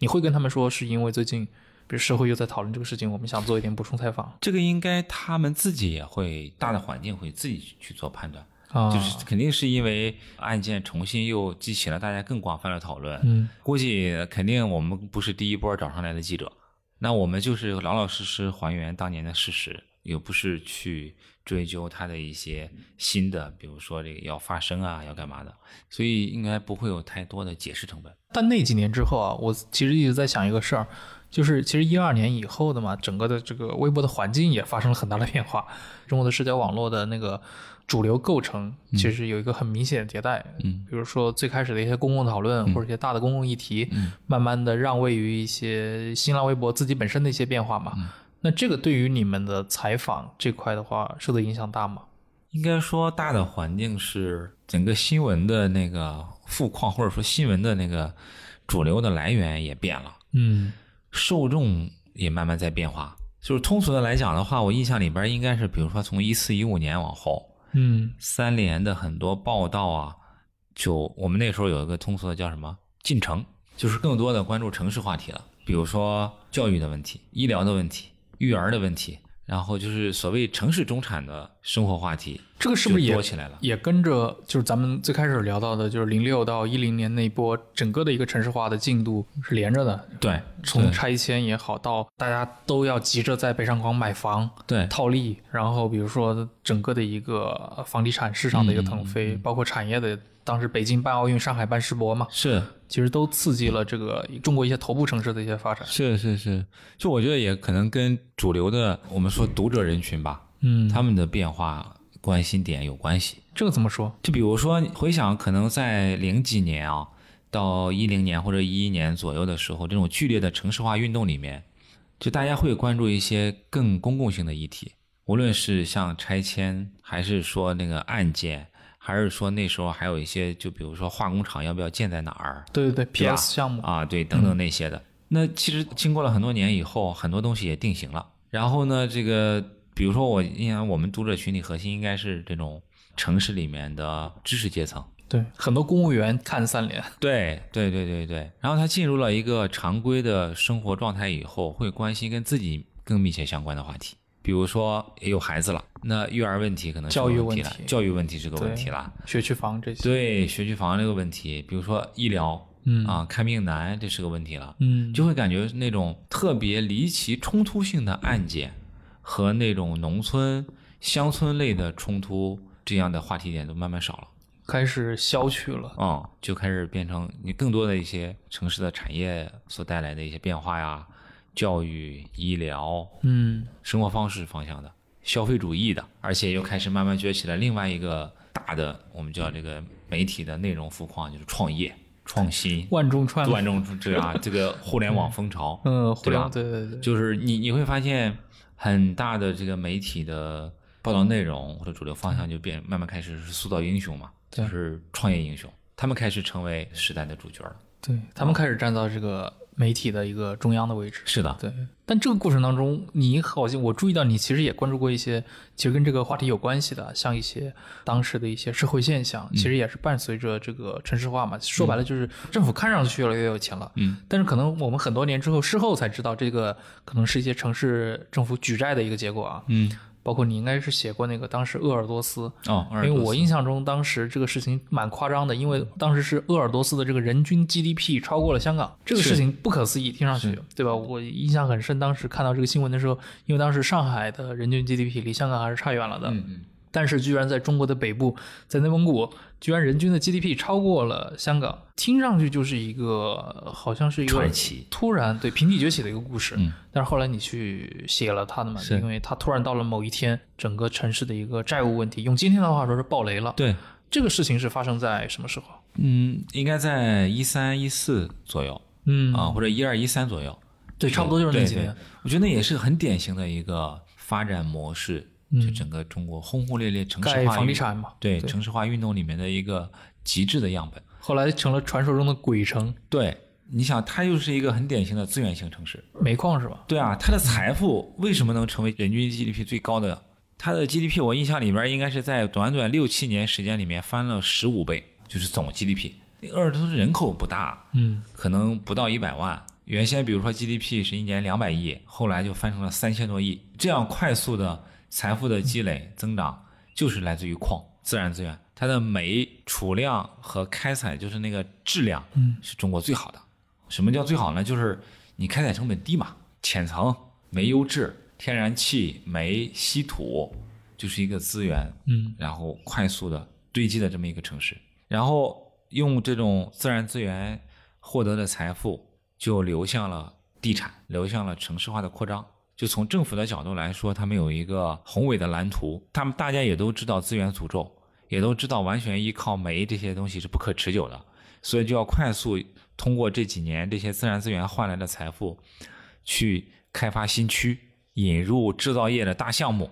C: 你会跟他们说是因为最近，比如社会又在讨论这个事情，我们想做一点补充采访
B: 这个应该他们自己也会大的环境会自己去去做判断，
C: 啊，
B: 就是肯定是因为案件重新又激起了大家更广泛的讨论，
C: 嗯
B: 估计肯定我们不是第一波找上来的记者，那我们就是老老实实还原当年的事实，也不是去追究他的一些新的，比如说这个要发声啊，要干嘛的，所以应该不会有太多的解释成本。
C: 但那几年之后啊，我其实一直在想一个事儿，就是其实一二年以后的嘛，整个的这个微博的环境也发生了很大的变化。中国的社交网络的那个主流构成，其实有一个很明显的迭代。
B: 嗯，
C: 比如说最开始的一些公共讨论或者一些大的公共议题，
B: 嗯
C: 慢慢的让位于一些新浪微博自己本身的一些变化嘛。那这个对于你们的采访这块的话，受的影响大吗？
B: 应该说大的环境是整个新闻的那个富矿，或者说新闻的那个主流的来源也变了。
C: 嗯
B: 受众也慢慢在变化。就是通俗的来讲的话，我印象里边应该是，比如说从一四一五年往后，
C: 嗯
B: 三联的很多报道啊，就我们那时候有一个通俗的叫什么“进城”，就是更多的关注城市话题了，比如说教育的问题、医疗的问题、育儿的问题，然后就是所谓城市中产的生活话题
A: 这个是不是
B: 就
A: 也
B: 多起来了？
A: 也跟着就是咱们最开始聊到的，就是零六到一零年那一波整个的一个城市化的进度是连着的，
B: 对，
A: 从
B: 对
A: 拆迁也好，到大家都要急着在北上广买房
B: 对
A: 套利，然后比如说整个的一个房地产市场的一个腾飞，包括产业的，当时北京办奥运，上海办世博嘛，
B: 是
A: 其实都刺激了这个中国一些头部城市的一些发展。
B: 是是是，就我觉得也可能跟主流的我们说读者人群吧，
A: 嗯，
B: 他们的变化关心点有关系。
A: 这个怎么说？
B: 就比如说，回想可能在零几年啊，到一零年或者一一年左右的时候，这种剧烈的城市化运动里面，就大家会关注一些更公共性的议题，无论是像拆迁，还是说那个案件，还是说那时候还有一些，就比如说化工厂要不要建在哪儿，
A: 对对对
B: 对吧
A: ，PS 项目，
B: 啊，对，等等那些的。那其实经过了很多年以后，很多东西也定型了。然后呢，这个比如说我印象，我们读者群体核心应该是这种城市里面的知识阶层。
A: 对，很多公务员看三联，
B: 对对对对对。然后他进入了一个常规的生活状态以后，会关心跟自己更密切相关的话题，比如说也有孩子了，那育儿问题可能是
A: 教育
B: 个问
A: 问
B: 题了
A: 题，
B: 教育问题是个问
A: 对
B: 题了。
A: 学区房这些。
B: 对学区房这个问题，比如说医疗，
A: 嗯
B: 啊，看病难，这是个问题了。
A: 嗯，
B: 就会感觉那种特别离奇冲突性的案件和那种农村乡村类的冲突这样的话题点都慢慢少了。
A: 开始消去了。
B: 嗯，就开始变成你更多的一些城市的产业所带来的一些变化呀，教育、医疗、
A: 嗯，
B: 生活方式方向的消费主义的，而且又开始慢慢崛起了另外一个大的，我们叫这个媒体的内容浮况，就是创业、创新、
A: 万众创，
B: 万众这啊，这个互联网风潮，
A: 嗯，互
B: 对
A: 联
B: 吧
A: 网，？对对对，
B: 就是你你会发现很大的这个媒体的报道内容或者主流方向就变慢慢开始是塑造英雄嘛，
A: 对
B: 就是创业英雄，他们开始成为时代的主角了。
A: 对他们开始站到这个媒体的一个中央的位置。
B: 是的，
A: 对，但这个过程当中，你好像我注意到你其实也关注过一些，其实跟这个话题有关系的，像一些当时的一些社会现象，其实也是伴随着这个城市化嘛。说白了就是政府看上去越来越有钱了，
B: 嗯，
A: 但是可能我们很多年之后，事后才知道这个可能是一些城市政府举债的一个结果啊。
B: 嗯，
A: 包括你应该是写过那个当时鄂尔多斯，
B: 哦，
A: 因为我印
B: 象
A: 象中当时这个事情蛮夸张的，因为当时是鄂尔多斯的这个人均 GDP 超过了香港，这个
B: 是
A: 事情不可思议，听上去对吧？我印象很深，当时看到这个新闻的时候，因为当时上海的人均 GDP 离香港还是差远了的，
B: 嗯嗯，
A: 但是居然在中国的北部，在内蒙古，居然人均的 GDP 超过了香港，听上去就是一个好像是一个
B: 传奇
A: (laughs) 突然对平地崛起的一个故事。
B: 嗯
A: 但是后来你去写了它的嘛，
B: 是
A: 因为它突然到了某一天，整个城市的一个债务问题，用今天的话说是爆雷了。
B: 对，
A: 这个事情是发生在什么时候？
B: 嗯，应该在一三一四左右
A: 嗯
B: 啊，或者一二一三左右，
A: 对，差不多就是那
B: 对
A: 几年
B: 对。我觉得那也是很典型的一个发展模式，就整个中国轰轰烈烈城市化
A: 盖房地
B: 运
A: 产嘛，
B: 对城市化运动里面的一个极致的样本。
A: 后来成了传说中的鬼城，
B: 对，你想，它又是一个很典型的资源型城市。
A: 煤矿是吧？
B: 对啊，它的财富为什么能成为人均 GDP 最高的？它的 GDP 我印象里边应该是在短短六七年时间里面翻了十五倍，就是总 GDP。鄂尔多斯人口不大，
A: 嗯，
B: 可能不到一百万。原先比如说 GDP 是一年两百亿，后来就翻成了三千多亿。这样快速的财富的积累增长，就是来自于矿自然资源，它的煤储量和开采就是那个质量，是中国最好的。什么叫最好呢？就是你开采成本低嘛，浅层煤优质，天然气、煤、稀土，就是一个资源，
A: 嗯，
B: 然后快速的堆积的这么一个城市，然后用这种自然资源获得的财富，就流向了地产，流向了城市化的扩张。就从政府的角度来说，他们有一个宏伟的蓝图，他们大家也都知道资源诅咒，也都知道完全依靠煤这些东西是不可持久的，所以就要快速通过这几年这些自然资源换来的财富，去开发新区，引入制造业的大项目，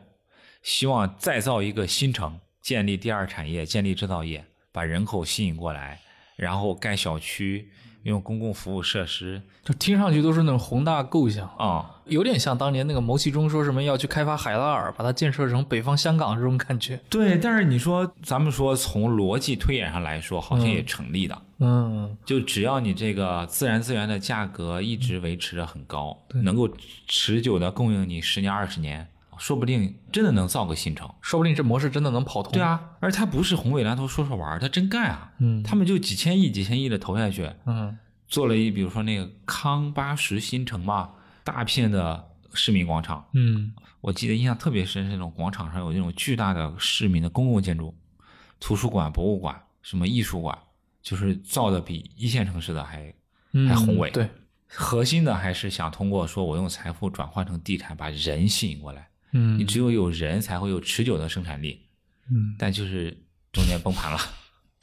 B: 希望再造一个新城，建立第二产业，建立制造业，把人口吸引过来，然后盖小区，用公共服务设施
A: 就听上去都是那种宏大构想。
B: 啊、
A: 有点像当年那个毛其中说什么要去开发海拉尔，把它建设成北方香港这种感觉。
B: 对，但是你说，咱们说从逻辑推演上来说，好像也成立的。
A: 嗯，
B: 就只要你这个自然资源的价格一直维持的很高，能够持久的供应你十年、二十年，说不定真的能造个新城。
A: 说不定这模式真的能跑通。
B: 对，啊，而他不是宏伟蓝图说说玩儿，他真干啊！
A: 嗯
B: 他们就几千亿、几千亿的投下去，
A: 嗯
B: 做了一比如说那个康巴什新城嘛，大片的市民广场，
A: 嗯
B: 我记得印象特别深，是那种广场上有那种巨大的市民的公共建筑，图书馆、博物馆、什么艺术馆，就是造的比一线城市的还
A: 嗯，
B: 还宏伟。
C: 对，
B: 核心的还是想通过说我用财富转换成地产，把人吸引过来。
A: 嗯，
B: 你只有有人才会有持久的生产力，
A: 嗯，
B: 但就是中间崩盘了。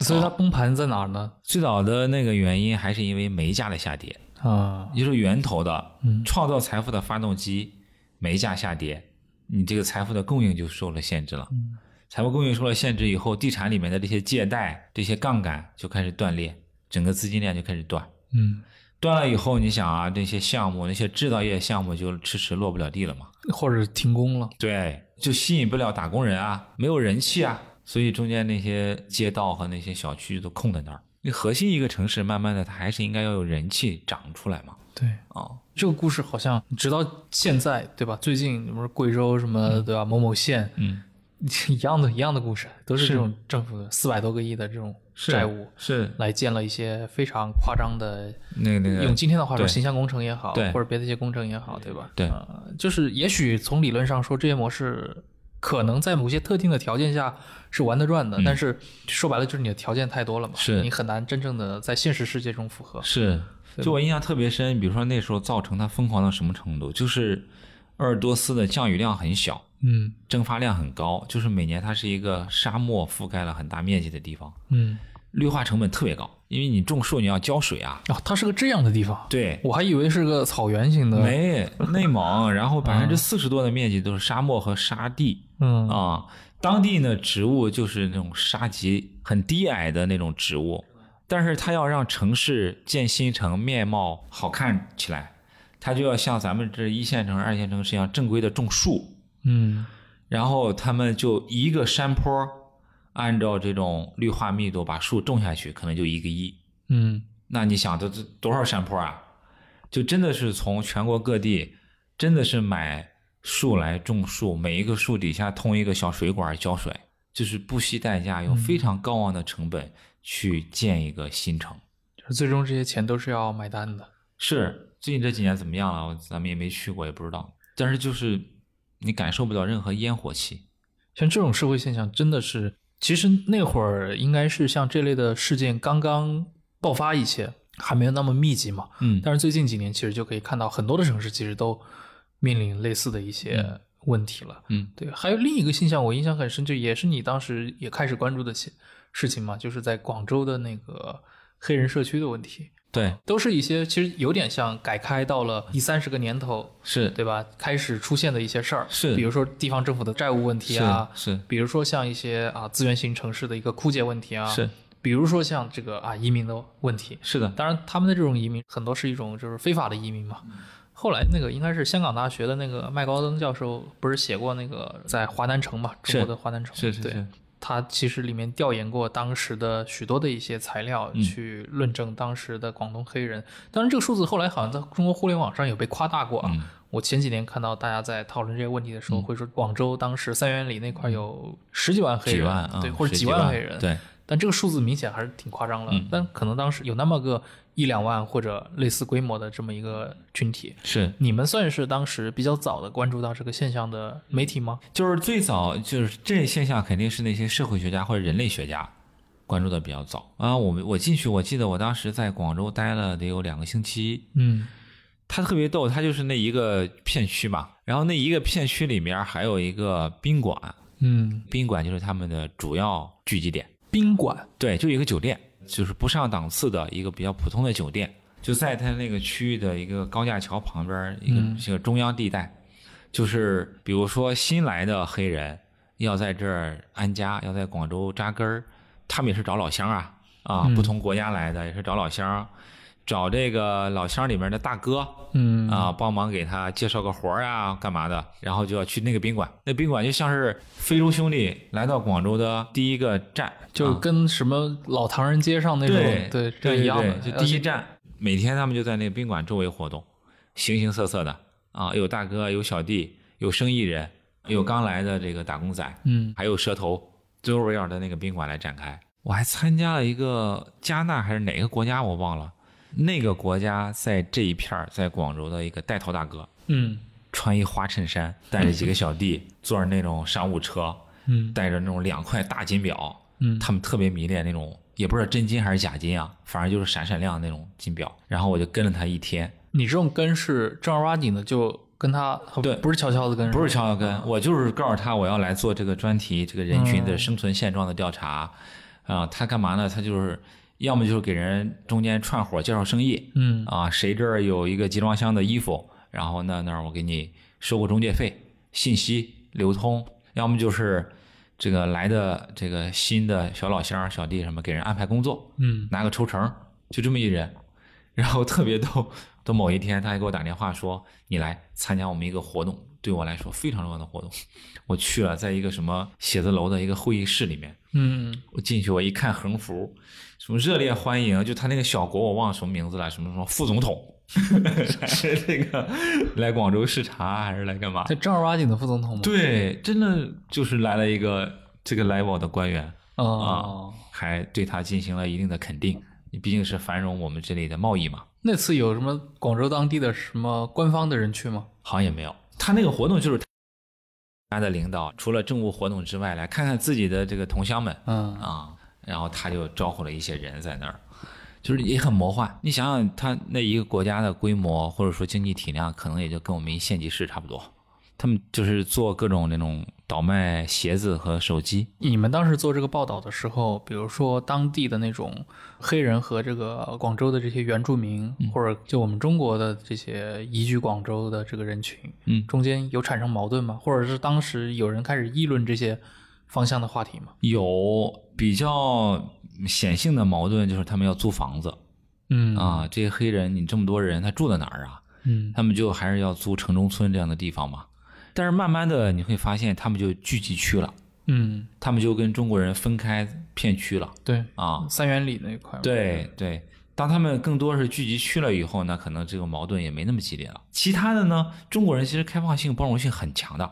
A: 所以它崩盘在哪儿呢？
B: 最早的那个原因还是因为煤价的下跌，
A: 啊，
B: 也就是源头的
A: 嗯
B: 创造财富的发动机，煤价下跌，你这个财富的供应就受了限制了。
A: 嗯
B: 财富供应受了限制以后，地产里面的这些借贷、这些杠杆就开始断裂，整个资金链就开始断。
A: 嗯，
B: 断了以后，你想啊，那些项目、那些制造业项目就迟迟落不了地了嘛。
A: 或者停工了。
B: 对，就吸引不了打工人啊，没有人气啊，所以中间那些街道和那些小区都空在那儿。那核心一个城市，慢慢的它还是应该要有人气长出来嘛。
A: 对，
B: 啊、
A: 这个故事好像直到现在，对吧？最近不是贵州什么，对吧？某某县
B: 嗯，
A: 一样的，一样的故事，都是
B: 是
A: 这种政府的四百多个亿的这种
B: 是
A: 债务，
B: 是
A: 来建了一些非常夸张的，
B: 那个那个
A: 用今天的话说，
B: 对
A: 形象工程也好，
B: 对
A: 或者别的一些工程也好，对吧？
B: 对
A: 呃，就是也许从理论上说，这些模式可能在某些特定的条件下是玩得转的，但是说白了就是你的条件太多了嘛，
B: 是
A: 你很难真正的在现实世界中符合。
B: 是，
A: 对
B: 就我印象特别深。比如说那时候造成它疯狂到什么程度，就是鄂尔多斯的降雨量很小，
A: 嗯
B: 蒸发量很高，就是每年它是一个沙漠覆盖了很大面积的地方，
A: 嗯，
B: 绿化成本特别高，因为你种树你要浇水啊。
A: 哦，它是个这样的地方，
B: 对，
A: 我还以为是个草原型的。，
B: 没内蒙，然后百分之四十多的面积都是沙漠和沙地
A: 嗯
B: 啊、当地呢植物就是那种沙棘很低矮的那种植物，但是它要让城市建新城面貌好看起来，它就要像咱们这一线城市、二线城市一样正规的种树，
A: 嗯
B: 然后他们就一个山坡，按照这种绿化密度把树种下去，可能就一个亿。
A: 嗯
B: 那你想，这这多少山坡啊？就真的是从全国各地，真的是买树来种树，每一个树底下通一个小水管浇水，就是不惜代价，用非常高昂的成本去建一个新城。
A: 就是最终这些钱都是要买单的。
B: 是最近这几年怎么样了？我咱们也没去过，也不知道。但是就是你感受不到任何烟火气。
A: 像这种社会现象，真的是，其实那会儿应该是像这类的事件刚刚爆发一些，还没有那么密集嘛。
B: 嗯
A: 但是最近几年，其实就可以看到很多的城市其实都面临类似的一些问题了。
B: 嗯
A: 对，还有另一个现象，我印象很深，就也是你当时也开始关注的事事情嘛，就是在广州的那个黑人社区的问题，
B: 对，
A: 都是一些其实有点像改开到了第三十个年头，
B: 是
A: 对吧？开始出现的一些事儿，
B: 是
A: 比如说地方政府的债务问题
B: 是
A: 啊，
B: 是
A: 比如说像一些啊资源型城市的一个枯竭问题啊，
B: 是，
A: 比如说像这个啊移民的问题，
B: 是的，
A: 当然他们的这种移民很多是一种就是非法的移民嘛。后来那个应该是香港大学的那个麦高登教授，不是写过那个在华南城嘛，中
B: 是
A: 国的华南城，
B: 是是
A: 对
B: 是，
A: 他其实里面调研过当时的许多的一些材料，
B: 嗯
A: 去论证当时的广东黑人。当然，这个数字后来好像在中国互联网上有被夸大过啊。
B: 嗯
A: 我前几年看到大家在讨论这些问题的时候，
B: 嗯
A: 会说广州当时三元里那块有十几万黑人，
B: 几万啊，
A: 对，或者
B: 十
A: 几
B: 几
A: 万黑人，。
B: 对，
A: 但这个数字明显还是挺夸张了，
B: 嗯
A: 但可能当时有那么个一两万或者类似规模的这么一个群体。
B: 是
A: 你们算是当时比较早的关注到这个现象的媒体吗？
B: 就是最早就是这现象肯定是那些社会学家或者人类学家关注的比较早啊。我们我进去，我记得我当时在广州待了得有两个星期，
A: 嗯
B: 它特别逗，它就是那一个片区嘛，然后那一个片区里面还有一个宾馆，
A: 嗯，
B: 宾馆就是他们的主要聚集点，
A: 宾馆
B: 对，就一个酒店，就是不上档次的一个比较普通的酒店，就在它那个区域的一个高架桥旁边儿一个、
A: 嗯
B: 一个中央地带，就是比如说新来的黑人要在这儿安家，要在广州扎根儿，他们也是找老乡啊啊，
A: 嗯
B: 不同国家来的也是找老乡，找这个老乡里面的大哥，
A: 嗯
B: 啊，帮忙给他介绍个活儿啊，干嘛的，然后就要去那个宾馆。那宾馆就像是非洲兄弟来到广州的第一个站，
A: 就
B: 啊
A: 跟什么老唐人街上那种
B: 对
A: 对这
B: 对
A: 一样的，
B: 对就
A: 而
B: 第
A: 且
B: 一站。每天他们就在那个宾馆周围活动，形形色色的啊，有大哥，有小弟，有生意人，有刚来的这个打工仔，
C: 嗯
B: 还有蛇头，最后围绕着那个宾馆来展开。我还参加了一个加纳还是哪个国家我忘了，那个国家在这一片儿在广州的一个带头大哥，
C: 嗯
B: 穿一花衬衫，带着几个小弟，坐着那种商务车，
C: 嗯
B: 带着那种两块大金表，
C: 嗯，
B: 他们特别迷恋那种，也不知道真金还是假金啊，反正就是闪闪亮那种金表。然后我就跟了他一天，
C: 你这种跟是正儿八经的，就跟他
B: 对
C: 不是悄悄的跟，
B: 不是
C: 吧
B: 乔小根，我就是告诉他我要来做这个专题，这个人群的
C: 嗯
B: 生存现状的调查。啊、他干嘛呢？他就是要么就是给人中间串伙介绍生意
C: 嗯
B: 啊，谁这儿有一个集装箱的衣服，然后那那儿我给你收个中介费，信息流通；要么就是这个来的这个新的小老乡儿、小弟什么，给人安排工作，
C: 嗯
B: 拿个抽成，就这么一人。然后特别逗，到某一天他还给我打电话说：“你来参加我们一个活动，对我来说非常重要的活动。”我去了，在一个什么写字楼的一个会议室里面，
C: 嗯
B: 我进去我一看横幅，什么热烈欢迎，就他那个小国我忘了什么名字了，什么什么副总统， (laughs) 还是这个来广州视察还是来干嘛？
C: 这正儿八经的副总统吗？
B: 对，真的就是来了一个这个 level 的官员。
C: 哦，
B: 还对他进行了一定的肯定。你毕竟是繁荣我们这里的贸易嘛，
C: 那次有什么广州当地的什么官方的人去吗？
B: 好像也没有。他那个活动就是他的领导除了政务活动之外，来看看自己的这个同乡们
C: 嗯
B: 啊、然后他就招呼了一些人在那儿，就是也很魔幻。你想想，他那一个国家的规模或者说经济体量，可能也就跟我们一县级市差不多。他们就是做各种那种倒卖鞋子和手机，
C: 你们当时做这个报道的时候，比如说当地的那种黑人和这个广州的这些原住民，或者就我们中国的这些移居广州的这个人群，
B: 嗯
C: 中间有产生矛盾吗？或者是当时有人开始议论这些方向的话题吗？
B: 有比较显性的矛盾就是他们要租房子，
C: 嗯，
B: 啊，这些黑人，你这么多人，他住在哪儿啊？
C: 嗯
B: 他们就还是要租城中村这样的地方嘛。但是慢慢的，你会发现他们就聚集区了，
C: 嗯，
B: 他们就跟中国人分开片区了
C: 对，
B: 啊。
C: 三元里那一块，，
B: 对对，当他们更多是聚集区了以后呢，可能这个矛盾也没那么激烈了。其他的呢，中国人其实开放性、包容性很强的，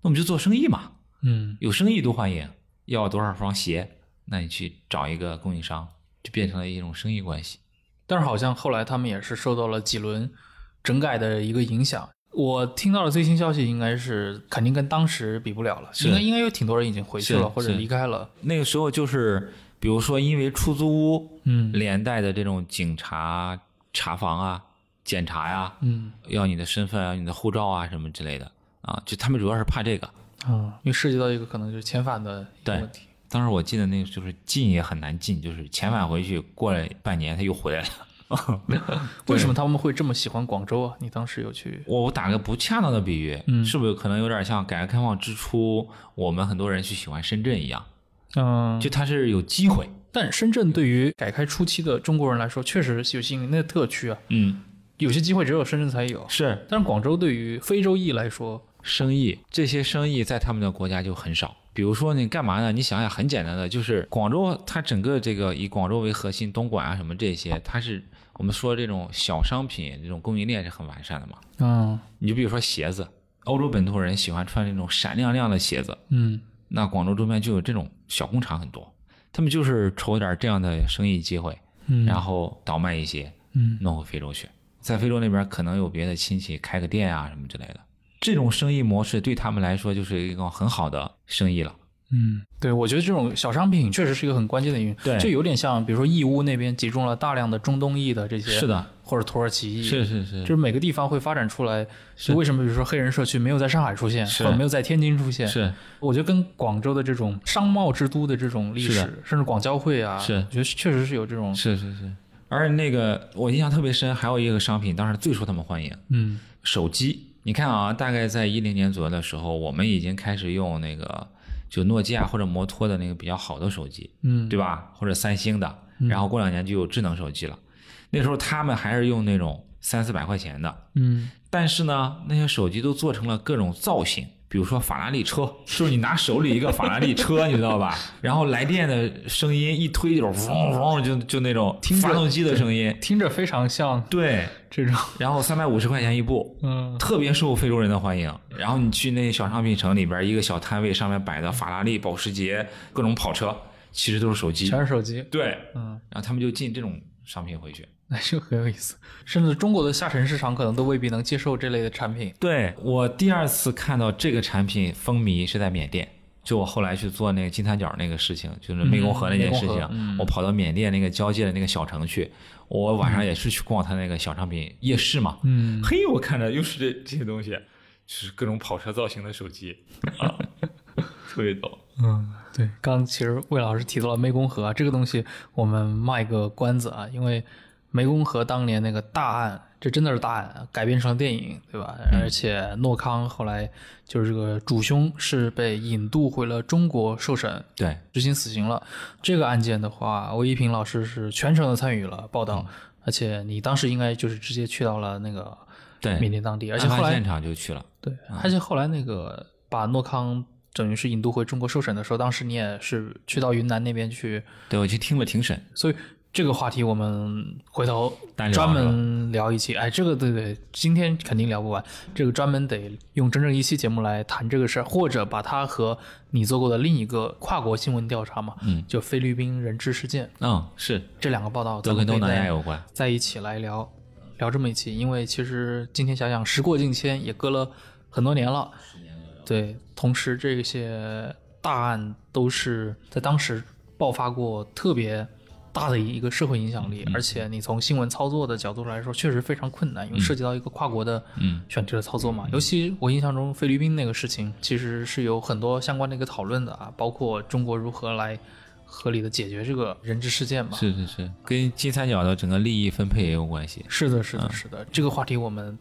B: 那我们就做生意嘛，
C: 嗯
B: 有生意多欢迎。要多少双鞋，那你去找一个供应商，就变成了一种生意关系。
C: 但是好像后来他们也是受到了几轮整改的一个影响。我听到的最新消息应该是，肯定跟当时比不了了，
B: 是
C: 应该应该有挺多人已经回去
B: 是
C: 了或者
B: 是
C: 离开了。
B: 那个时候就是，比如说因为出租屋
C: 嗯
B: 连带的这种警察查房啊、检查呀、
C: 嗯
B: 要你的身份啊、要你的护照啊什么之类的啊，就他们主要是怕这个。
C: 啊，因为涉及到一个可能就是遣返的一个
B: 对
C: 问题。
B: 当时我记得那个就是进也很难进，就是遣返回去，过了半年他又回来了。 (laughs)
C: 为什么他们会这么喜欢广州啊？你当时有去？
B: 我我打个不恰当的比喻，
C: 嗯
B: 是不是可能有点像改革开放之初我们很多人去喜欢深圳一样？
C: 嗯
B: 就它是有机会，
C: 但深圳对于改开初期的中国人来说，确实是有吸引力，那特区啊，
B: 嗯，
C: 有些机会只有深圳才有。
B: 是
C: 但是广州对于非洲裔来说，
B: 生意，这些生意在他们的国家就很少。比如说你干嘛呢？你想想，很简单的，就是广州，它整个这个以广州为核心，东莞啊什么这些，它是我们说这种小商品这种供应链是很完善的嘛。
C: 嗯
B: 你就比如说鞋子，欧洲本土人喜欢穿那种闪亮亮的鞋子，
C: 嗯
B: 那广州周边就有这种小工厂很多，他们就是瞅点这样的生意机会，
C: 嗯
B: 然后倒卖一些，
C: 嗯
B: 弄回非洲去。在非洲那边可能有别的亲戚开个店啊什么之类的，这种生意模式对他们来说就是一个很好的生意了。
C: 嗯，对，我觉得这种小商品确实是一个很关键的因
B: 对
C: 就有点像，比如说义乌那边集中了大量的中东裔的这些，
B: 是，的，
C: 或者土耳其裔，
B: 是是是，
C: 就是每个地方会发展出来。就为什么比如说黑人社区没有在上海出现，
B: 是
C: 或者没有在天津出现？
B: 是
C: 我觉得跟广州的这种商贸之都的这种历
B: 是
C: 史
B: 的，
C: 甚至广交会啊，
B: 是
C: 我觉得确实是有这种，
B: 是是是。而那个我印象特别深，还有一个商品，当时最受他们欢迎，
C: 嗯
B: 手机。你看啊，大概在一零年左右的时候，我们已经开始用那个就诺基亚或者摩托的那个比较好的手机，
C: 嗯，
B: 对吧？或者三星的，然后过两年就有智能手机了。那时候他们还是用那种三四百块钱的，
C: 嗯
B: 但是呢，那些手机都做成了各种造型，比如说法拉利车，就是你拿手里一个法拉利车，你知道吧？然后来电的声音一推就是嗡嗡，就就那种
C: 听着
B: 发动机的声音。
C: 听着非常像
B: 对，
C: 这种，
B: 然后三百五十块钱一部，
C: 嗯，
B: 特别受非洲人的欢迎。然后你去那小商品城里边一个小摊位，上面摆的法拉利、保时捷各种跑车，其实都是手机
C: 全。是手机，
B: 对，
C: 嗯，
B: 然后他们就进这种商品回去。
C: 那 (laughs) 就很有意思。甚至中国的下沉市场可能都未必能接受这类的产品。
B: 对我第二次看到这个产品风靡是在缅甸，就我后来去做那个金三角那个事情，就是湄公河那件事
C: 湄
B: 情
C: 公河，嗯
B: 我跑到缅甸那个交界的那个小城去，我晚上也是去逛他那个小商品夜市嘛，
C: 嗯，
B: 嘿，我看着又是这这些东西，就是各种跑车造型的手机，啊 (laughs) 特别逗。
C: 嗯，对，刚其实魏老师提到了湄公河啊、这个东西，我们卖个关子啊，因为湄公河当年那个大案，这真的是大案啊，改编成了电影，对吧？
B: 嗯
C: 而且诺康后来就是这个主凶是被引渡回了中国受审，
B: 对，
C: 执行死刑了。这个案件的话，魏一平老师是全程的参与了
B: 嗯
C: 报道，而且你当时应该就是直接去到了那个
B: 对
C: 缅甸当地，而且后
B: 案发嗯
C: 来
B: 现场就去了，
C: 对，而且后来那个把诺康等于是引渡回中国受审的时候，当时你也是去到云南那边去，
B: 对我去听了庭审，
C: 所以这个话题我们回头
B: 单聊
C: 专门聊一期。哎，这个对对，今天肯定聊不完，这个专门得用整整一期节目来谈这个事儿，或者把它和你做过的另一个跨国新闻调查嘛，
B: 嗯
C: 就菲律宾人质事件
B: 嗯，是
C: 这两个报道，
B: 都跟东南亚有关，
C: 在一起来聊聊这么一期，因为其实今天想想，时过境迁，也隔了很多年了。对，同时这些大案都是在当时爆发过特别大的一个社会影响
B: 嗯
C: 力，而且你从新闻操作的角度来说，确实非常困难，因为涉及到一个跨国的
B: 嗯
C: 选择的操作嘛。尤其我印象中菲律宾那个事情，其实是有很多相关的一个讨论的啊，包括中国如何来合理的解决这个人质事件嘛。
B: 是是是，跟金三角的整个利益分配也有关系。
C: 是的，
B: 嗯
C: 是的，是的，这个话题我们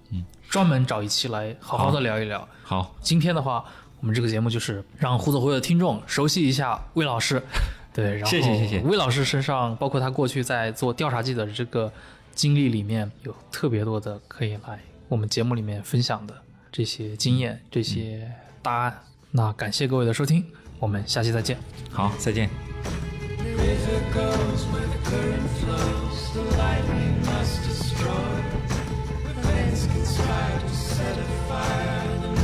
C: 专门找一期来好
B: 嗯
C: 好的聊一聊。
B: 好，
C: 今天的话，我们这个节目就是让互作会的听众熟悉一下魏
B: (laughs)
C: 老师，对，然后
B: 谢谢谢谢
C: 魏老师身上，包括他过去在做调查记者的这个经历里面，有特别多的可以来我们节目里面分享的这些经验、这些
B: 嗯
C: 答案。那感谢各位的收听，我们下期再见。
B: 好，再见。
F: River goes where the current flows, the lightning must destroy. The winds conspire to set a fire, the